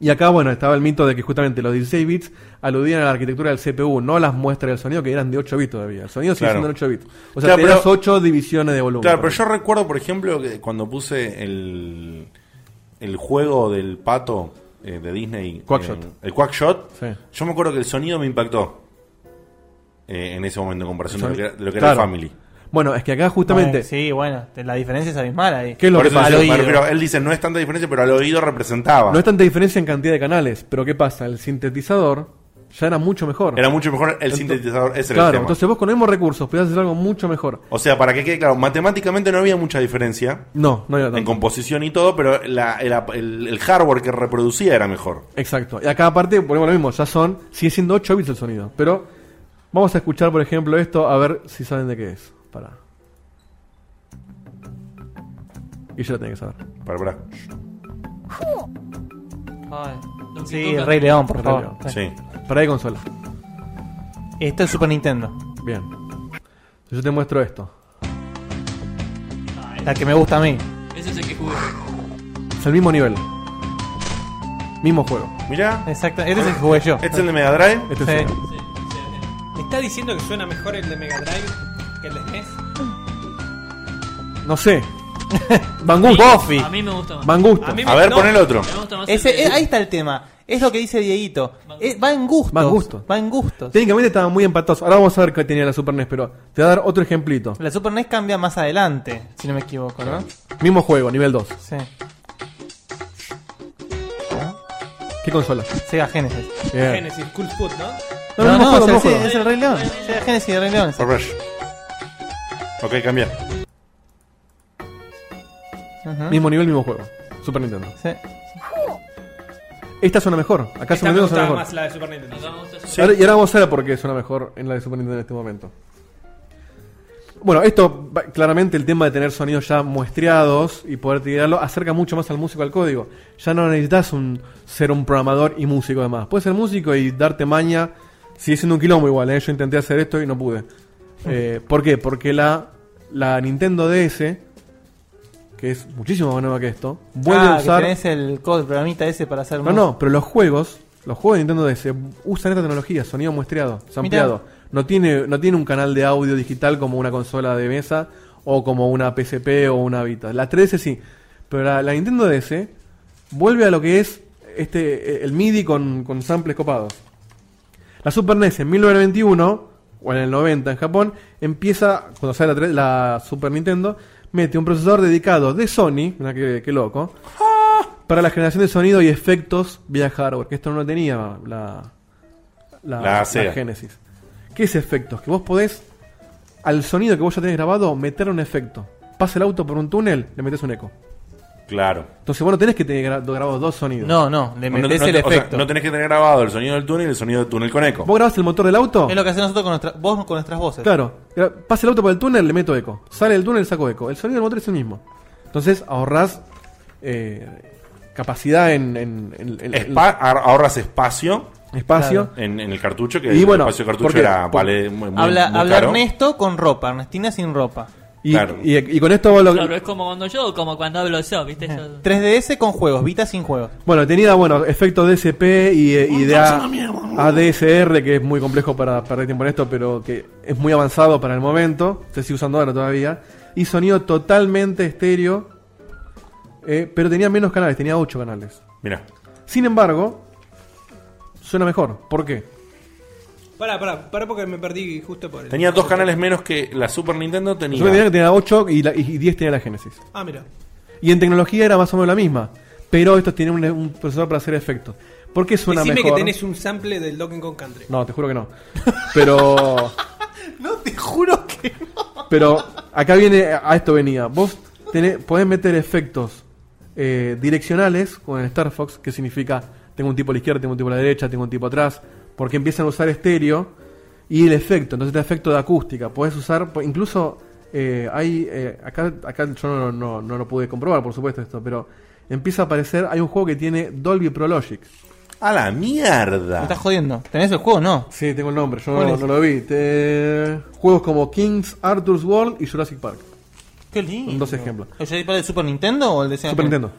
Y acá, bueno, estaba el mito de que justamente los 16 bits aludían a la arquitectura del CPU, no a las muestras del sonido que eran de 8 bits todavía. El sonido sigue Claro. siendo de 8 bits. O sea, Claro, tenías pero- 8 divisiones de volumen. Claro, pero yo recuerdo, por ejemplo, que cuando puse el, el juego del pato eh, de Disney. Quackshot. eh, el Quackshot. Sí. Yo me acuerdo que el sonido me impactó eh, en ese momento en comparación de lo que era, de lo que Claro. era el Family. Bueno, es que acá justamente... Bueno, sí, bueno, te- la diferencia es abismal ahí. ¿Qué es lo Por que eso pasa? yo- Al oído. me refiero, él dice, no es tanta diferencia, pero al oído representaba. No es tanta diferencia en cantidad de canales, pero ¿qué pasa? El sintetizador ya era mucho mejor. Era mucho mejor el Ento- sintetizador. Ese era el Claro, tema. entonces vos con los mismos recursos podías hacer algo mucho mejor. O sea, para que quede claro, matemáticamente no había mucha diferencia No, no era tanto. en composición y todo, pero la- el, ap- el- el hardware que reproducía era mejor. Exacto. Y acá aparte, ponemos lo mismo, ya son, sigue siendo 8 bits el sonido. Pero vamos a escuchar, por ejemplo, esto, a ver si saben de qué es. Para. Y yo lo tengo que saber. Para, para. Ay, Donkey Sí, Konga. Rey León, por Rey favor. León. Sí. Sí. Para de consola. Esto es Super Nintendo. Bien. Yo te muestro esto. La que me gusta a mí. Ese es el que jugué. Es el mismo nivel. Mismo juego. Mirá, Exacto. Este es el que jugué yo. este es el de Mega Drive. Este Sí. es uno. Sí, sí, ¿Me está diciendo que suena mejor el de Mega Drive que el de E NES? No sé. Van sí. Gusto. Buffy. A mí me gusta más. Van Gusto. A mí me- A ver, no, pon el otro. Me gusta más Ese- el de- eh, ahí está el tema. Es lo que dice Dieguito. Eh, va en gustos. Va en gustos. Va en gustos. Técnicamente estaban muy empatados. Ahora vamos a ver qué tenía la Super NES, pero te voy a dar otro ejemplito. La Super NES cambia más adelante, si no me equivoco, ¿no? Mismo juego, nivel 2. Sí. ¿Qué consola? Sega Genesis. Bien. Genesis, Cool Foot, ¿no? No, no, no, o juego, sea, no sí, juego. es el Rey León. Sega Genesis y el Rey León. Por ver. Ok, cambia. Ujú. Mismo nivel, mismo juego. Super Nintendo. Sí. Esta suena mejor. Acá Esta Super me Nintendo suena gustaba mejor. más la de Super Nintendo. Acá me gusta ese- Sí. Ahora- y ahora vamos a ver por qué suena mejor en la de Super Nintendo en este momento. Bueno, esto va- claramente el tema de tener sonidos ya muestreados y poder tirarlo acerca mucho más al músico al código. Ya no necesitas un, ser un programador y músico además. Puedes ser músico y darte maña. Sigue siendo un quilombo igual, ¿eh? yo intenté hacer esto y no pude. Eh, ¿Por qué? Porque la, la Nintendo DS, que es muchísimo más nueva que esto, vuelve ah, a usar. Ah, que tenés el code, el programita ese para hacer No, música. no, pero los juegos, los juegos de Nintendo DS usan esta tecnología, sonido muestreado, sampleado. No tiene, no tiene un canal de audio digital como una consola de mesa o como una PSP o una Vita. La 3DS sí, pero la, la Nintendo DS vuelve a lo que es e, E este eh, el MIDI con, con samples copados. La Super NES en 1991 o en el 90 en Japón, empieza, cuando sale la, tre- la Super Nintendo, mete un procesador dedicado de Sony, mirá qué, qué loco, para la generación de sonido y efectos vía hardware, que esto no lo tenía la, la, La Sega. Genesis. ¿Qué es efectos? Que vos podés, al sonido que vos ya tenés grabado, meter un efecto. Pasa el auto por un túnel, le metes un eco. Claro. Entonces vos no tenés que tener gra- grabados dos sonidos. No, no, le No, metes no, el o sea, efecto. no tenés que tener grabado el sonido del túnel y el sonido del túnel con eco. ¿Vos grabás el motor del auto? Es lo que hacemos nosotros con nuestra, vos con nuestras voces. Claro. Gra- Pasa el auto por el túnel, le meto eco. Sale del túnel, saco eco. El sonido del motor es el mismo. Entonces ahorrás eh, capacidad en, en- en- en- en Espa- ahor- ahorras espacio espacio. en, en el cartucho, que Y el bueno, espacio de cartucho porque- era por- vale, muy, muy- Habla, muy habla caro. Ernesto con ropa, Ernestina sin ropa. Y, Claro. y, y con esto vos lo- Claro, es como cuando yo, como cuando hablo yo, ¿viste? Yo- 3DS con juegos, Vita sin juegos. Bueno, tenía, bueno, efecto DSP y, eh, y de A- ADSR, que es muy complejo para perder tiempo en esto, pero que es muy avanzado para el momento. Se sigue usando ahora todavía. Y sonido totalmente estéreo. eh, pero tenía menos canales, tenía 8 canales. Mira, Sin embargo, suena mejor. ¿Por qué? Pará, pará, pará porque me perdí justo por el. tenía dos canales menos que la Super Nintendo tenía. Yo tenía que tenía 8 y, la- y 10 tenía la Genesis. Ah, mira. Y en tecnología era más o menos la misma. Pero estos tienen un, un procesador para hacer efectos. ¿Por qué suena Decime mejor? que tenés un sample del Donkey Kong Country. No, te juro que no. Pero. No, te juro que Pero acá viene, a esto venía. Vos tenés, podés meter efectos eh, direccionales con el Star Fox, que significa tengo un tipo a la izquierda, tengo un tipo a la derecha, tengo un tipo atrás, porque empiezan a usar estéreo y el efecto, entonces el efecto de acústica. Podés usar, po- incluso eh, hay, eh, acá, acá yo no, no- no lo pude comprobar, por supuesto, esto, pero empieza a aparecer, hay un juego que tiene Dolby Pro Logic. ¡A la Me mierda! estás jodiendo. ¿Tenés el juego? No. Sí, tengo el nombre, yo ¿Cuál no, es? no lo vi. Te- Juegos como Kings, Arthur's World y Jurassic Park. Qué lindo. Son dos ejemplos. ¿El Jedi para el Super Nintendo o el de Sega Super Nintendo.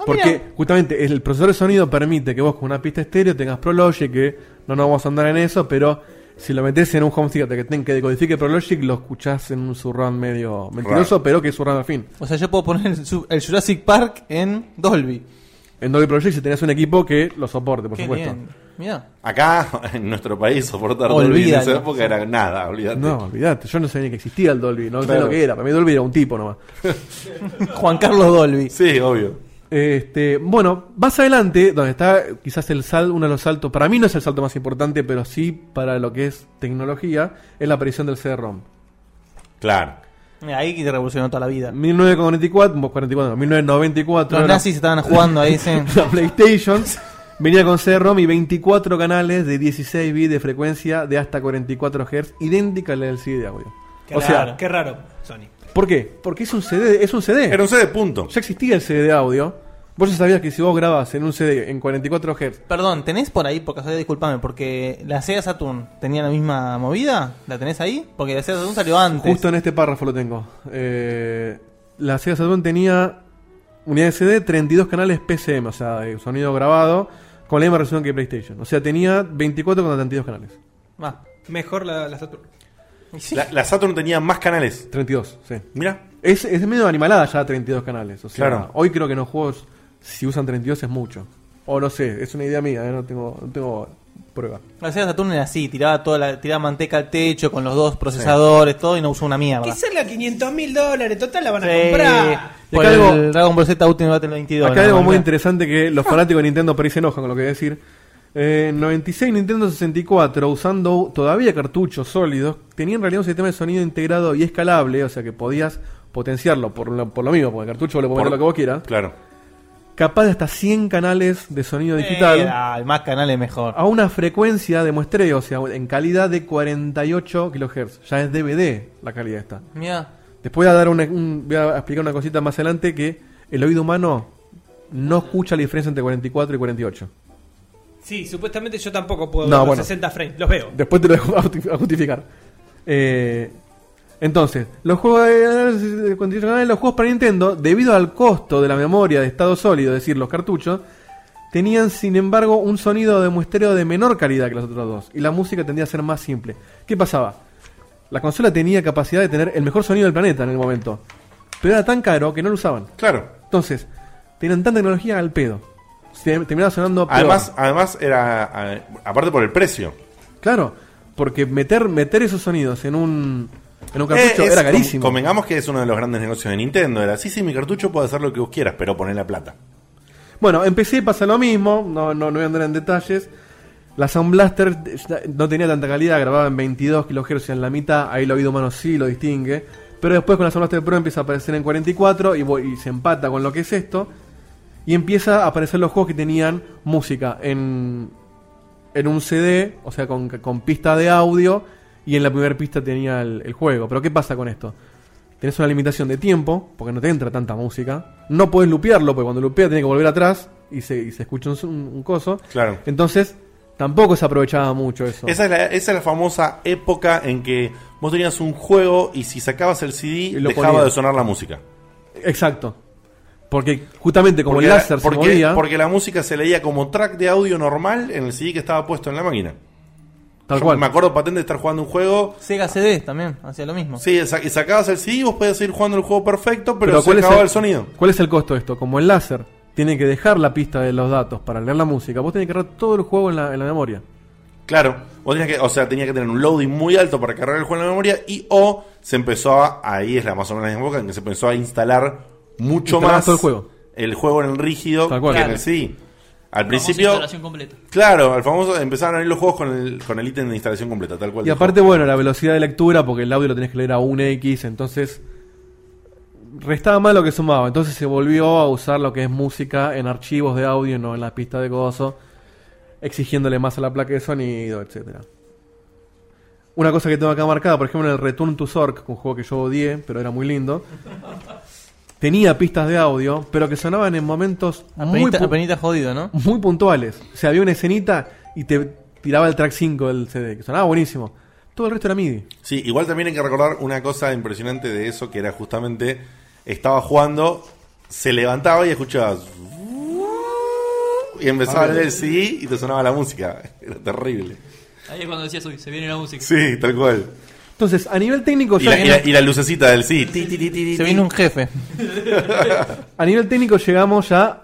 Ah, Porque mirá. justamente el procesador de sonido permite que vos con una pista estéreo tengas ProLogic, que no nos vamos a andar en eso, pero si lo metés en un home theater que, ten- que decodifique ProLogic, lo escuchás en un surround medio mentiroso, pero que es surround al fin. O sea, yo puedo poner el, su- el Jurassic Park en Dolby. En Dolby ProLogic si tenés un equipo que lo soporte, por Qué supuesto. bien. Mirá. Acá, en nuestro país, soportar Dolby en Olvídalo. esa época era nada, olvídate. No, olvídate, yo no sabía ni que existía el Dolby, no sé Claro. lo que era, para mí Dolby era un tipo nomás. Juan Carlos Dolby. Sí, obvio. Este, bueno, más adelante, donde está eh, quizás el sal, uno de los saltos, para mí no es el salto más importante, pero sí para lo que es tecnología, es la aparición del CD-ROM. Claro. Mira, Ahí que te revolucionó toda la vida. 1944, bo- 44, no, 1994, Los la- nazis estaban jugando ahí, sí. la PlayStation venía con CD-ROM y 24 canales de 16 bits de frecuencia de hasta 44 Hz, idéntica a la del CD de audio. Qué o raro, sea, qué raro, Sony. ¿por qué? Porque es un CD, es un CD. Era un CD, punto. Ya existía el CD de audio. Vos ya sabías que si vos grabas en un CD en 44 Hz, Perdón, ¿tenés por ahí, por casualidad, disculpame, porque la Sega Saturn tenía la misma movida? ¿La tenés ahí? Porque la Sega Saturn salió antes. justo en este párrafo lo tengo. Eh, la Sega Saturn tenía unidad de CD, 32 canales PCM, o sea, de sonido grabado, con la misma resolución que PlayStation. O sea, tenía 24 con 32 canales. Ah, Mejor la, la Saturn. y sí. La, la Saturn tenía más canales. 32, sí. Mira, Es, es medio animalada ya 32 canales. O sea, Claro. hoy creo que en los juegos, si usan 32 es mucho. O no sé, es una idea mía, eh, no, tengo, no tengo prueba. La Sega Saturn era así, tiraba toda la, tiraba manteca al techo con los dos procesadores, todo, y no usó una mierda. Que salga 500 mil dólares, total la van a Sí. comprar. Por Y acá el algo- Dragon Ball Z Ultimate Battle 22. Acá hay ¿no? algo muy Mirá. interesante que los fanáticos de Nintendo por ahí se enojan con lo que voy a decir. Eh, en 96 Nintendo 64, usando todavía cartuchos sólidos, tenía en realidad un sistema de sonido integrado y escalable, o sea que podías potenciarlo por lo, por lo mismo, porque el cartucho le pones Por- lo que vos quieras. claro. Capaz de hasta 100 canales de sonido digital. Ah. Eh, dale, más canales mejor. a una frecuencia de muestreo, o sea, en calidad de 48 kHz. Ya es DVD la calidad esta. Mirá. Después voy a, dar una- un- voy a explicar una cosita más adelante que el oído humano no escucha la diferencia entre 44 y 48. Sí, supuestamente yo tampoco puedo No, ver los bueno. 60 frames. Los veo. Después te lo dejo a justi- a justificar. Eh, entonces, los juegos, de- de- continuación, ah, los juegos para Nintendo, debido al costo de la memoria de estado sólido, es decir, los cartuchos, tenían sin embargo un sonido de muestreo de menor calidad que los otros dos. Y la música tendía a ser más simple. ¿Qué pasaba? La consola tenía capacidad de tener el mejor sonido del planeta en el momento. Pero era tan caro que no lo usaban. Claro. Entonces, tenían tanta tecnología al pedo. Se- Terminaba sonando peor. eh, Además, además era. a- Aparte por el precio. Claro. Porque meter, meter esos sonidos en un, en un Eh, cartucho es- era carísimo. com- Convengamos que es uno de los grandes negocios de Nintendo. Era, sí, sí, mi cartucho puede hacer lo que vos quieras, pero poné la plata. Bueno, empecé y pasa lo mismo, no, no, no voy a andar en detalles. La Sound Blaster eh, no tenía tanta calidad, grababa en 22 kHz en la mitad, ahí el oído humano sí lo distingue. Pero después con la Sound Blaster Pro empieza a aparecer en 44 y, voy- y se empata con lo que es esto. Y empieza a aparecer los juegos que tenían música en, en un CD, o sea, con, con pista de audio, y en la primera pista tenía el, el juego. Pero ¿qué pasa con esto? Tenés una limitación de tiempo, porque no te entra tanta música. No podés lupearlo, porque cuando lupea tiene que volver atrás y se, y se escucha un, un coso. Claro. Entonces, tampoco se aprovechaba mucho eso. Esa es, la, esa es la famosa época en que vos tenías un juego y si sacabas el CD, Y lo dejaba ponías. de sonar la música. Exacto. Porque justamente como Porque el la- láser porque, se movía, porque la música se leía como track de audio normal en el CD que estaba puesto en la máquina. tal Yo cual. Me acuerdo patente de estar jugando un juego. Sega CD también hacía lo mismo. Sí, sa- y sacabas el CD, vos podías ir jugando el juego perfecto, pero, Pero se ¿cuál es acababa el- el sonido. ¿Cuál es el costo de esto? Como el láser tiene que dejar la pista de los datos para leer la música, vos tenés que cargar todo el juego en la, en la memoria. Claro, vos tenías que, o sea, tenía que tener un loading muy alto para cargar el juego en la memoria y o se empezó a, ahí es la más o menos la época en que se empezó a instalar mucho Instalabas más todo el juego. el juego en el rígido Tal cual. que en Claro. el CD. Al Famosa principio, instalación completa. claro, al famoso empezaron a ir los juegos con el con el ítem de instalación completa, tal cual. Y dijo. aparte, bueno, la velocidad de lectura, porque el audio lo tenés que leer a 1x, entonces restaba más lo que sumaba. Entonces se volvió a usar lo que es música en archivos de audio, no en las pistas de gozo, exigiéndole más a la placa de sonido, etcétera. Una cosa que tengo acá marcada, por ejemplo, en el Return to Zork, un juego que yo odié, pero era muy lindo. Tenía pistas de audio, pero que sonaban en momentos muy, Apenita, pu- apenita jodido, ¿no? muy puntuales. O sea, había una escenita y te tiraba el track 5 del CD, que sonaba buenísimo. Todo el resto era MIDI. Sí, igual también hay que recordar una cosa impresionante de eso, que era justamente, estaba jugando, se levantaba y escuchabas... Y empezaba a leer el CD y te sonaba la música. Era terrible. Ahí es cuando decías, uy, se viene la música. Sí, tal cual. Entonces, a nivel técnico, Y ya- la, y la- y la lucecita del sí. Ti, ti, ti, ti, Se ti. vino un jefe. a nivel técnico llegamos ya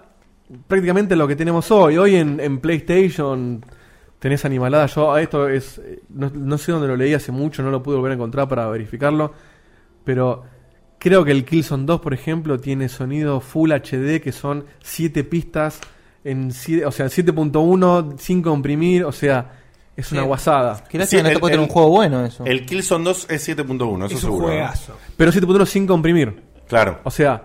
prácticamente a lo que tenemos hoy. Hoy en, en PlayStation tenés animalada. Yo a esto es. eh, No, no sé dónde lo leí hace mucho, no lo pude volver a encontrar para verificarlo. Pero creo que el Killzone 2, por ejemplo, tiene sonido Full HD que son 7 pistas. En, sie- o sea, 7.1 sin comprimir. O sea, es una Sí. guasada. Qué lástima Sí, que no el- te puede tener el- un juego bueno eso. El Killzone 2 es 7.1, eso es un seguro. ¿no? juegazo. Pero 7.1 sin comprimir. Claro. O sea,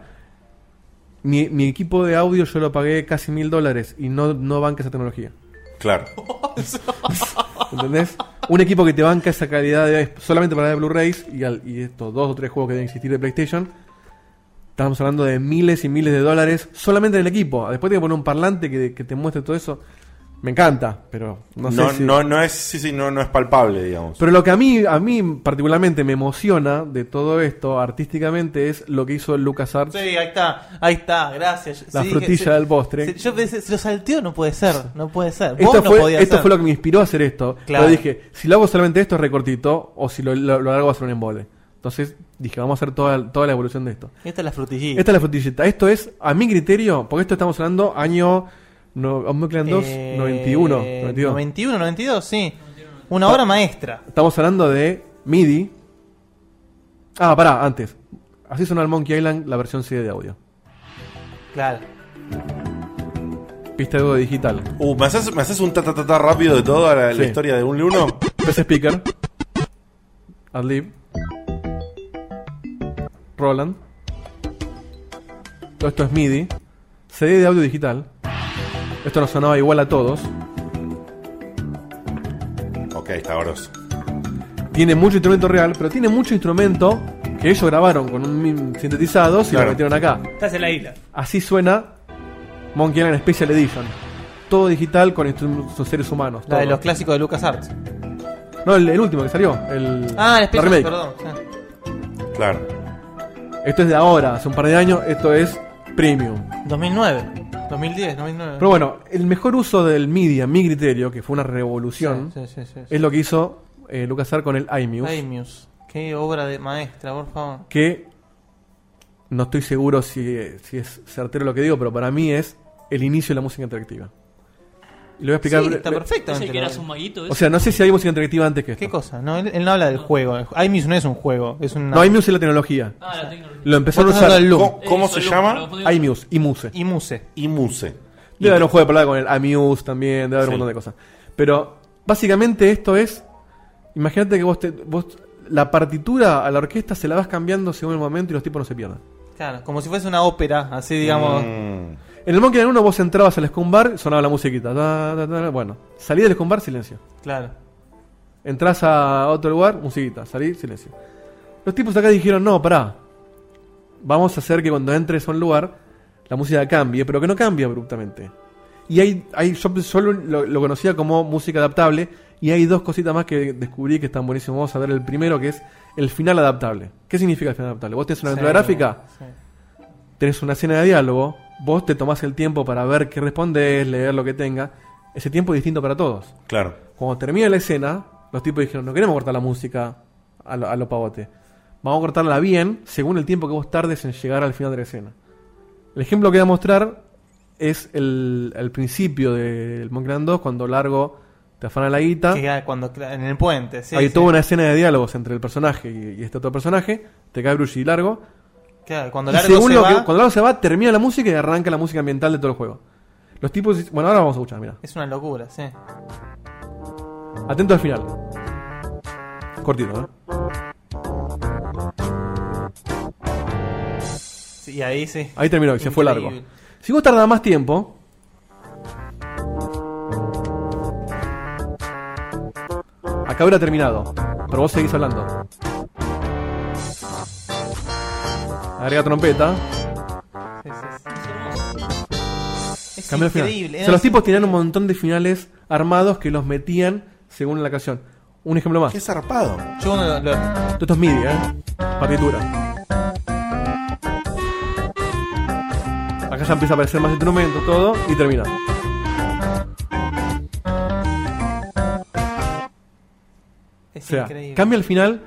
mi, mi equipo de audio yo lo pagué casi mil dólares y no, no banca esa tecnología. Claro. ¿Entendés? Un equipo que te banca esa calidad de solamente para de Blu-rays y, al- y estos dos o tres juegos que deben existir de PlayStation. Estamos hablando de miles y miles de dólares solamente en el equipo. Después tiene que poner un parlante que, que te muestre todo eso. Me encanta, pero No, no, no, sé si- no, es, sí, sí, no, no es palpable, digamos. Pero lo que a mí, a mí particularmente me emociona de todo esto artísticamente es lo que hizo LucasArts. Sí, ahí está, ahí está, gracias. La Sí, frutilla se- del postre. se- yo pensé, se lo salteó, no puede ser, no puede ser. Vos Esto, no fue, podías esto ser. fue lo que me inspiró a hacer esto. Claro. Pero dije, si lo hago solamente esto es recortito, o si lo, lo, lo hago va a ser un embole. Entonces dije, vamos a hacer toda, toda la evolución de esto. Esta es la frutillita. Esta es la frutillita. Esto es, a mi criterio, porque esto estamos hablando año no, Omniclan 2, Eh, 91, 92. 91, 92, sí. Una obra maestra. Estamos hablando de MIDI. Ah, pará, antes. Así sonó el Monkey Island la versión CD de audio. Claro. Pista de audio digital. Uh, ¿me, haces, me haces un ta, ta, ta, ta rápido de toda la, la Sí. historia de un uno? PC Speaker. Adlib. Roland. Todo esto es MIDI. CD de audio digital. Esto nos sonaba igual a todos. Ok, está grosso. Tiene mucho instrumento real, pero tiene mucho instrumento que ellos grabaron con un mim- sintetizado y Claro. lo metieron acá. Estás en la isla. Así suena Monkey Island Special Edition. Todo digital con instrumentos seres humanos. La de todo. los clásicos de LucasArts. No, el, el último que salió. El, Ah, el la Space remake. perdón. sí. Claro. Esto es de ahora, hace un par de años. Esto es premium. 2009, 2010, 2009. Pero bueno, el mejor uso del MIDI, a mi criterio, que fue una revolución, Sí, sí, sí, sí, sí. es lo que hizo eh, LucasArts con el iMuse, Ay, Muse. Qué obra de maestra, por favor. que no estoy seguro si, si es certero lo que digo, pero para mí es el inicio de la música interactiva. Y lo voy a explicar. Sí, bre- está bre- perfecto. ¿Ese que eras un maguito? O sea, no sé si hay música interactiva antes que esto. ¿Qué cosa? No, él, él no habla del juego. iMuse no es un juego. Es una... No, iMuse es la tecnología. ah, la tecnología. Lo empezaron a Vos estás usar. hablando ¿Cómo, cómo Eh, se solo- llama? lo- iMuse y Muse. Y Muse. Y Muse. Debe haber un juego de palabras con el Amuse también, debe Sí. haber un montón de cosas. Pero básicamente esto es. Imagínate que vos, te- vos la partitura a la orquesta se la vas cambiando según el momento y los tipos no se pierdan. Claro, como si fuese una ópera, así digamos. Mm. En el Monkey Island 1 vos entrabas al scumbar, sonaba la musiquita. ta, ta, ta, ta. bueno, salí del scumbar, silencio. Claro. Entrás a otro lugar, musiquita. Salí, silencio. Los tipos acá dijeron, no, pará. Vamos a hacer que cuando entres a un lugar, la música cambie, pero que no cambie abruptamente. Y hay, hay yo solo lo, lo conocía como música adaptable, y hay dos cositas más que descubrí que están buenísimas. Vamos a ver el primero, que es el final adaptable. ¿Qué significa el final adaptable? Vos tenés una aventura gráfica, Sí. tenés una escena de diálogo, vos te tomás el tiempo para ver qué respondes, leer lo que tenga. Ese tiempo es distinto para todos. Claro. Cuando termina la escena, los tipos dijeron, no queremos cortar la música a lo, a lo pavote. Vamos a cortarla bien según el tiempo que vos tardes en llegar al final de la escena. El ejemplo que voy a mostrar es el, el principio del Monkey Island 2, cuando Largo te afana la guita. Que ya cuando, en el puente, sí. Hay sí. toda ¿Ah? una escena de diálogos entre el personaje y, y este otro personaje. Te cae Bruce y Largo. Claro, cuando Y largo según se lo va, que- cuando Largo se va, termina la música y arranca la música ambiental de todo el juego. Los tipos... Bueno, ahora vamos a escuchar, mira. Es una locura, sí. Atento al final. Cortito, ¿eh? Sí, Y ahí sí. Ahí terminó, y se fue largo. Increíble. Si vos tardás más tiempo. Acá hubiera terminado, pero vos seguís hablando. Agrega trompeta. Sí, sí, Es hermoso. sí. Es Cambió el final. increíble. O eh. era sea, los así- tipos tenían un montón de finales armados que los metían según la canción. Un ejemplo más. Qué zarpado. Yo uno lo- lo- Todo esto es MIDI, ¿eh? Partitura. Acá ya empieza a aparecer más instrumentos, todo, y termina. es O sea, increíble. cambia el final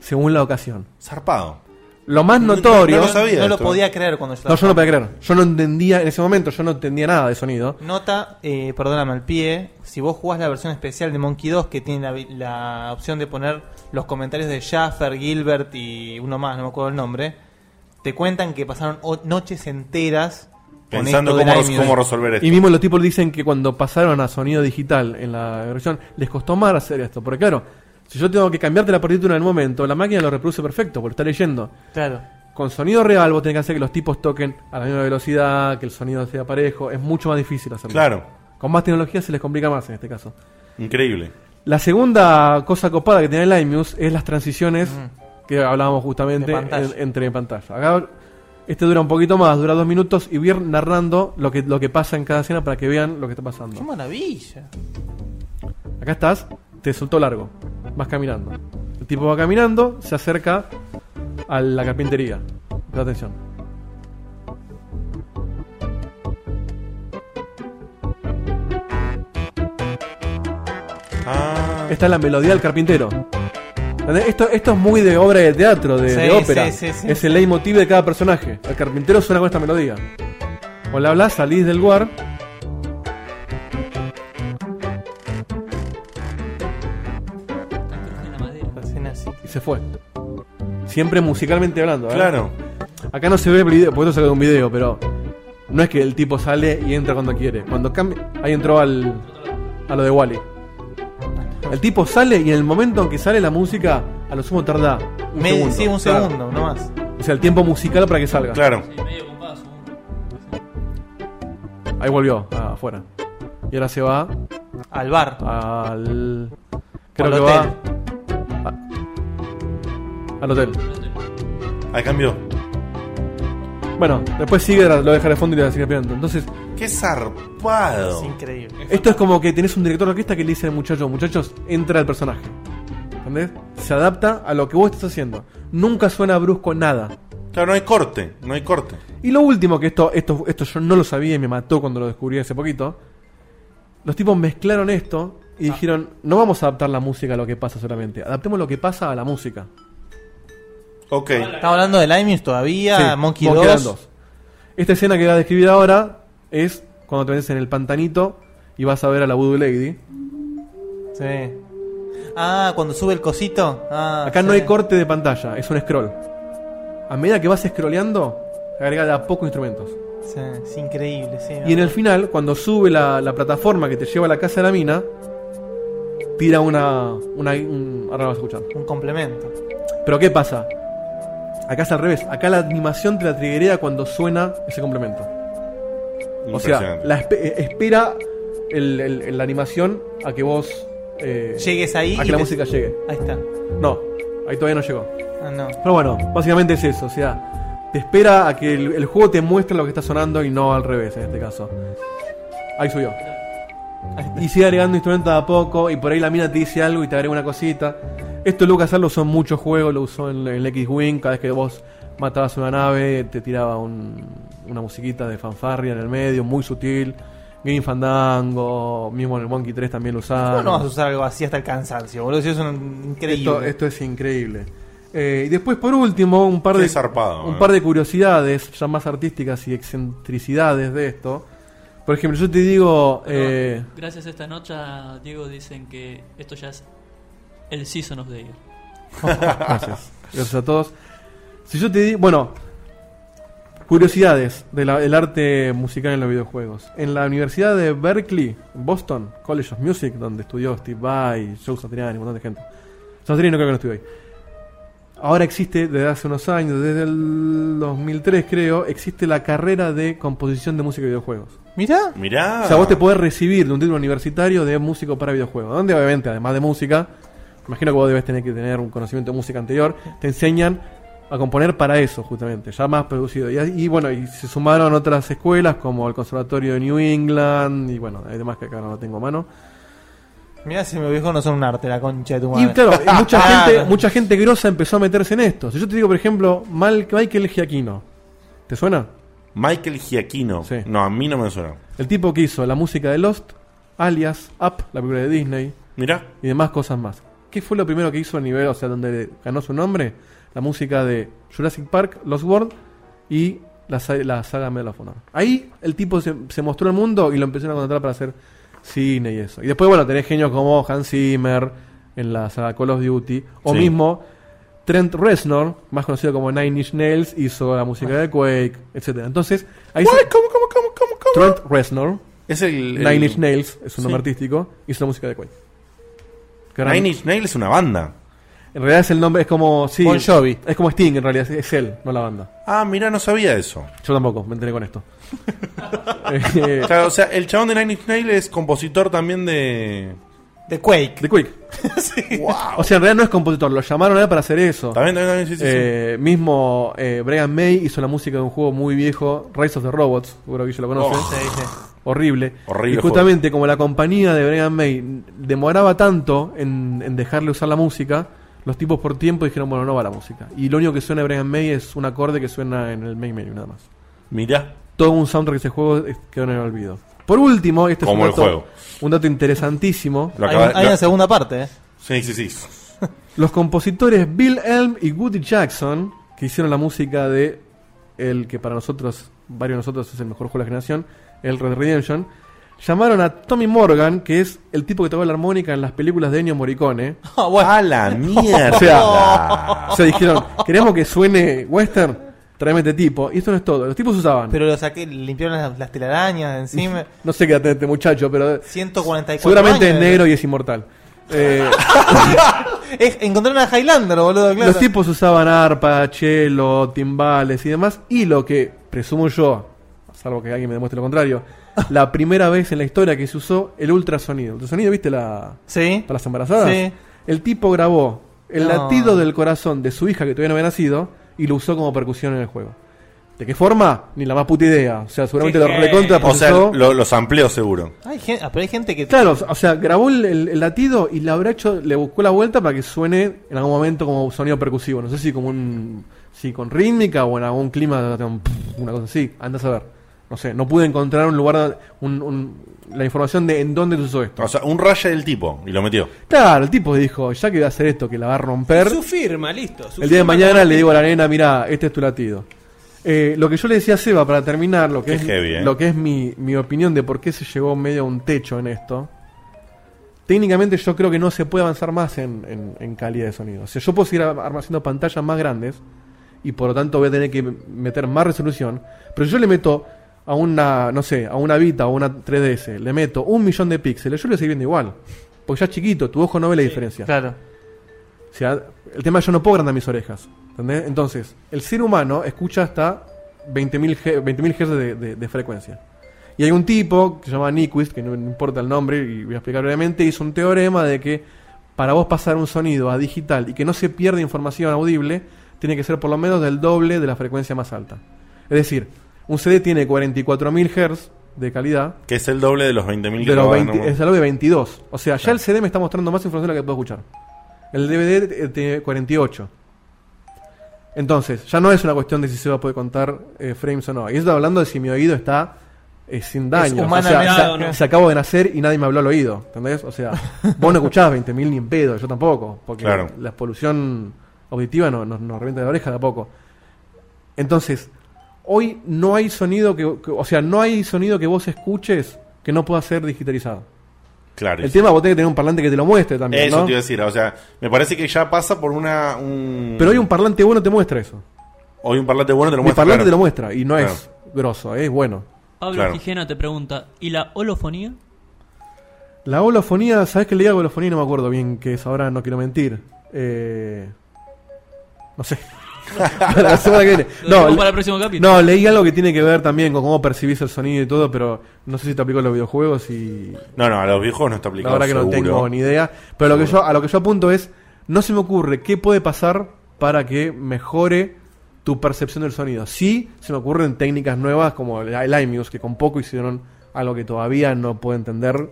según la ocasión. Zarpado. Lo más No, no, notorio. no No, lo sabía No lo esto. podía creer cuando yo la- yo no podía creer. Yo no entendía, en ese momento, yo no entendía nada de sonido. Nota, eh, perdóname al pie, si vos jugás la versión especial de Monkey 2 que tiene la, vi- la opción de poner los comentarios de Jaffer, Gilbert y uno más, no me acuerdo el nombre, te cuentan que pasaron o- noches enteras con Pensando esto del cómo, res- anime. cómo resolver esto. Y mismo los tipos dicen que cuando pasaron a sonido digital en la versión, les costó más hacer esto. Porque claro, si yo tengo que cambiarte la partitura en el momento, la máquina lo reproduce perfecto, porque lo está leyendo. Claro. Con sonido real vos tenés que hacer que los tipos toquen a la misma velocidad, que el sonido sea parejo. Es mucho más difícil hacerlo. Claro. Con más tecnología se les complica más en este caso. Increíble. La segunda cosa copada que tiene el iMuse es las transiciones que hablábamos justamente De pantalla. en- entre pantalla. Acá este dura un poquito más, dura dos minutos y voy a ir narrando lo que, lo que pasa en cada escena para que vean lo que está pasando. ¡Qué maravilla! Acá estás, te soltó largo, vas caminando. El tipo va caminando, se acerca a la carpintería. Presta atención. Ah, Esta es la melodía del carpintero. ¿Entendés? Esto, esto es muy de obra de teatro, de, Sí, de ópera. sí, sí, sí. Es el leitmotiv de cada personaje. El carpintero suena con esta melodía. Hola, habla, salís del lugar. Cruje la madera. La escena así. y se fue. Siempre musicalmente hablando, ¿eh? claro. Acá no se ve el video, porque esto salió de un video, pero no es que el tipo sale y entra cuando quiere. Cuando cambia. Ahí entró al. a lo de Wally. El tipo sale y en el momento en que sale la música, a lo sumo tarda un Me- segundo. sí, un Claro. segundo, no más. O sea, el tiempo musical para que salga. Claro. Sí, medio compás. un- Ahí volvió, ah, afuera. Y ahora se va Al bar. al. Creo Al que hotel. va. a- al hotel. Ahí cambió. Bueno, después sigue, lo deja de fondo y le sigue cambiando. Entonces, Qué Es zarpado. increíble. Esto es como que tenés un director de orquesta que le dice al muchacho, muchachos, entra el personaje. ¿Entendés? Se adapta a lo que vos estás haciendo. Nunca suena brusco nada. Claro, no hay corte. No hay corte. Y lo último, que esto, esto, esto yo no lo sabía y me mató cuando lo descubrí hace poquito. Los tipos mezclaron esto y dijeron, no vamos a adaptar la música a lo que pasa solamente, adaptemos lo que pasa a la música. Ok. Estamos hablando del iMuse todavía, Sí, Ah, Monkey, Monkey 2. Island 2. Esta escena que voy a describir ahora es cuando te ves en el pantanito y vas a ver a la Voodoo Lady. Sí. Ah, cuando sube el cosito. Ah, Acá sí. no hay corte de pantalla, es un scroll. A medida que vas scrolleando, agrega de a poco instrumentos. Sí, es increíble, sí. Y en el final, cuando sube la, la plataforma que te lleva a la casa de la mina, tira una. una un- ahora lo vas a escuchar. Un complemento. Pero ¿qué pasa? Acá es al revés. Acá la animación te la triggerea cuando suena ese complemento. O sea, Impresionante. la espe- eh, espera el- el- la animación a que vos. eh, Llegues ahí. a y que la te- música llegue. Ahí está. No, ahí todavía no llegó. Ah, no. Pero bueno, básicamente es eso, o sea, te espera a que el, el juego te muestre lo que está sonando y no al revés en este caso. Ahí subió. Y sigue agregando instrumentos de a poco y por ahí la mina te dice algo y te agrega una cosita. Esto Lucas lo usó en muchos juegos, lo usó en, el X-Wing, cada vez que vos matabas una nave te tiraba un- una musiquita de fanfarria en el medio, muy sutil. Game Fandango, mismo en el Monkey 3 también lo usaba. ¿Cómo no vas a usar algo así hasta el cansancio, boludo? Si es un increíble. Esto, esto es increíble. Eh, y después, por último, un par Qué de zarpado, un eh. par de curiosidades ya más artísticas y excentricidades de esto. Por ejemplo, yo te digo, eh, Gracias a esta nota, Diego, dicen que esto ya es el Season of the Year. gracias, gracias a todos. Si yo te digo, bueno, curiosidades de la- del arte musical en los videojuegos. En la Universidad de Berkeley, Boston, College of Music, donde estudió Steve Vai, Joe Satriani, un montón de gente. Satriani no creo que no estudió ahí. Ahora existe, desde hace unos años, desde el 2003 creo, existe la carrera de composición de música y videojuegos. Mirá. Mirá. O sea, vos te podés recibir de un título universitario de músico para videojuegos. Donde, obviamente, además de música, imagino que vos debes tener que tener un conocimiento de música anterior, te enseñan a componer para eso, justamente, ya más producido. Y, y, bueno, y se sumaron otras escuelas como el Conservatorio de New England, y bueno, hay demás que acá no lo tengo a mano. Mirá si mis viejos no son un arte, la concha de tu Y madre. claro, mucha Ah, gente, no. mucha gente grosa empezó a meterse en esto. Si yo te digo, por ejemplo, Mal- Michael Giacchino, ¿te suena? Michael Giacchino. Sí. No, a mí no me suena. El tipo que hizo la música de Lost, alias Up, la película de Disney, Mirá. y demás cosas más. ¿Qué fue lo primero que hizo a nivel, o sea, donde ganó su nombre? La música de Jurassic Park, Lost World y la, sa- la saga Medal of Honor. Ahí el tipo se, se mostró al mundo y lo empezaron a contratar para hacer cine y eso. Y después, bueno, tenés genios como Hans Zimmer en la saga Call of Duty, o Sí. mismo Trent Reznor, más conocido como Nine Inch Nails, hizo la música de Quake, etcétera. Entonces, ahí se- ¿Cómo, cómo, cómo, cómo, cómo? Trent Reznor, Es el. el- Nine Inch Nails, es un nombre Sí. artístico, hizo la música de Quake. Gran- Nine Inch Nails es una banda. en realidad es el nombre, es como. Sí, Bon Jovi. Es como Sting, en realidad, es él, no la banda. Ah, mirá, no sabía eso. Yo tampoco, me enteré con esto. Eh, Claro, o sea, el chabón de Nine Inch Nails es compositor también de. De Quake. The Quick. O sea, en realidad no es compositor, lo llamaron a él para hacer eso. También, también, también, sí, sí, sí. Eh, Mismo eh, Brian May hizo la música de un juego muy viejo, Rise of the Robots, seguro que ya lo conoce. Oh. Sí, sí. Horrible. Horrible Y justamente como la compañía de Brian May demoraba tanto en, en dejarle usar la música, los tipos por tiempo dijeron, bueno, no va la música. Y lo único que suena de Brian May es un acorde que suena en el main menu, nada más. Mirá. todo un soundtrack de ese juego eh, quedó en el olvido. Por último, este Como el es un dato, juego. un dato interesantísimo. Lo Hay, acaba- un- hay lo- una segunda parte, ¿eh? Sí, sí, sí. Los compositores Bill Elm y Woody Jackson, que hicieron la música de el que para nosotros, varios de nosotros, es el mejor juego de la generación, el Red Redemption, llamaron a Tommy Morgan, que es el tipo que tocó la armónica en las películas de Ennio Morricone. Ah, bueno. A la mierda. O sea, Se dijeron, queremos que suene western, tráeme este tipo. Y esto no es todo. Los tipos usaban. Pero lo saqué, limpiaron las, las telarañas de encima. no sé qué edad tiene este muchacho, pero 144 seguramente es años. negro y es inmortal. Eh, Es, encontraron a Highlander, boludo, claro. Los tipos usaban arpa, chelo, timbales y demás. Y lo que presumo yo, salvo que alguien me demuestre lo contrario, la primera vez en la historia que se usó el ultrasonido. Ultrasonido, ¿viste la, Sí. para las embarazadas? Sí. El tipo grabó el No. latido del corazón de su hija que todavía no había nacido y lo usó como percusión en el juego. ¿De qué forma? Ni la más puta idea. O sea, seguramente Qué lo recontra O sea, procesó. lo- los amplió seguro. Hay gen- ah, pero hay gente que. Claro, o sea, grabó el, el- el latido y le habrá hecho, le buscó la vuelta para que suene en algún momento como sonido percusivo. No sé si como un, si con rítmica o en algún clima, un una cosa así. Anda a saber. No sé, no pude encontrar un lugar, un- un- la información de en dónde se usó esto. O sea, un raya del tipo y lo metió. Claro, el tipo dijo, ya que voy a hacer esto, que la va a romper. Su firma, listo. su El día de firma mañana como- le digo a la nena, mira, este es tu latido. Eh, lo que yo le decía a Seba para terminar, lo que Qué es, heavy, ¿eh? lo que es mi, mi opinión de por qué se llegó medio a un techo en esto. Técnicamente yo creo que no se puede avanzar más en, en- en calidad de sonido. O sea, yo puedo seguir arm- haciendo pantallas más grandes y por lo tanto voy a tener que meter más resolución. Pero si yo le meto a una, no sé, a una Vita o una 3DS, le meto un millón de píxeles, yo lo estoy viendo igual. Porque ya es chiquito, tu ojo no ve la diferencia. Claro. O sea, el tema es que yo no puedo agrandar mis orejas. ¿entendés? Entonces, el ser humano escucha hasta 20.000 Hz 20.000 Hz de, de- de frecuencia. Y hay un tipo que se llama Nyquist, que no me importa el nombre y voy a explicar brevemente, hizo un teorema de que para vos pasar un sonido a digital y que no se pierda información audible, tiene que ser por lo menos del doble de la frecuencia más alta. Es decir, un CD tiene 44.000 Hz de calidad, Que es el doble de los 20.000 que de los robaban, 20 ¿no? Ah. es algo de 22. O sea, ya el CD me está mostrando más información de la que puedo escuchar. El DVD eh, tiene 48. Entonces, ya no es una cuestión de si se va a poder contar eh, frames o no. Y esto hablando de si mi oído está eh, sin daño. o sea, humanamente- se- Ah, no. se acabo de nacer y nadie me habló al oído. ¿Entendés? O sea, vos no escuchás 20.000 ni en pedo, yo tampoco. Porque Claro. la polución auditiva no- nos, nos revienta la oreja de a poco. Entonces, hoy no hay sonido que, que- O sea, no hay sonido que vos escuches que no pueda ser digitalizado. Claro. El tema vos tenés que tener un parlante que te lo muestre también, Eso ¿no? te iba a decir. O sea, me parece que ya pasa por una. Un... Pero hoy un parlante bueno te muestra eso. Hoy un parlante bueno te lo El muestra. parlante claro. te lo muestra y no Claro. es grosso, es bueno. Pablo Claro. Quijena te pregunta, ¿y la holofonía? La holofonía, ¿sabes qué le digo holofonía? No me acuerdo bien qué es ahora, no quiero mentir. Eh, no sé. Para la semana que viene. Lo No, dejamos le- para el próximo capítulo. no, leí algo que tiene que ver también con cómo percibís el sonido y todo, pero no sé si te aplicó a los videojuegos y No, no, a los viejos no está la aplicado. verdad que no seguro. tengo ni idea. Pero lo que yo, a lo que yo apunto es, no se me ocurre qué puede pasar para que mejore tu percepción del sonido. Sí, se me ocurren técnicas nuevas como el, el iMuse, que con poco hicieron algo que todavía no puedo entender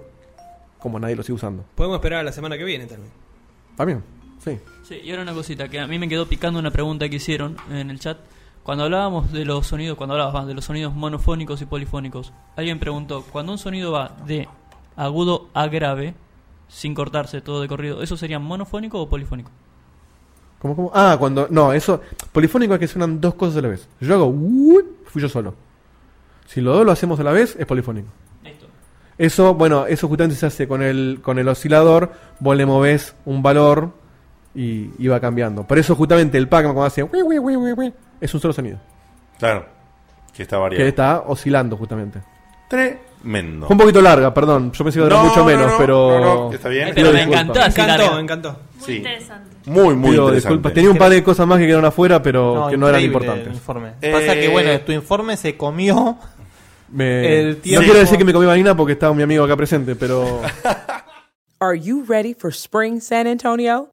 como nadie lo sigue usando. Podemos esperar a la semana que viene también. También, sí. Sí, y ahora una cosita, que a mí me quedó picando una pregunta que hicieron en el chat. Cuando hablábamos de los sonidos, cuando hablabas más de los sonidos monofónicos y polifónicos, alguien preguntó, cuando un sonido va de agudo a grave, sin cortarse todo de corrido, ¿eso sería monofónico o polifónico? ¿Cómo, cómo? Ah, cuando... No, eso... Polifónico es que suenan dos cosas a la vez. Yo hago... "Wuuut", Fui yo solo. Si los dos lo hacemos a la vez, es polifónico. Listo. Eso, bueno, eso justamente se hace con el, con el oscilador, vos le movés un valor y, y va cambiando. Por eso justamente el Pac-Man cuando hace "Wii, Wii, Wii, Wii, Wii", es un solo sonido, Claro. Que está que variado. está oscilando justamente. Tremendo. Fue un poquito larga, perdón, yo pensé que iba a durar No, mucho no, menos, no, pero... no, no, está bien. Ay, pero Pido me disculpas. encantó Me así la- encantó, me encantó. Muy Sí. interesante. Muy, muy Pido interesante. disculpas, tenía un par de cosas más que quedaron afuera, pero que no eran increíble el importantes. informe. Eh, Pasa que, bueno, tu informe se comió. Me- el no tiempo- quiero decir que me comí vaina porque estaba mi amigo acá presente, pero... Are you ready for spring, San Antonio?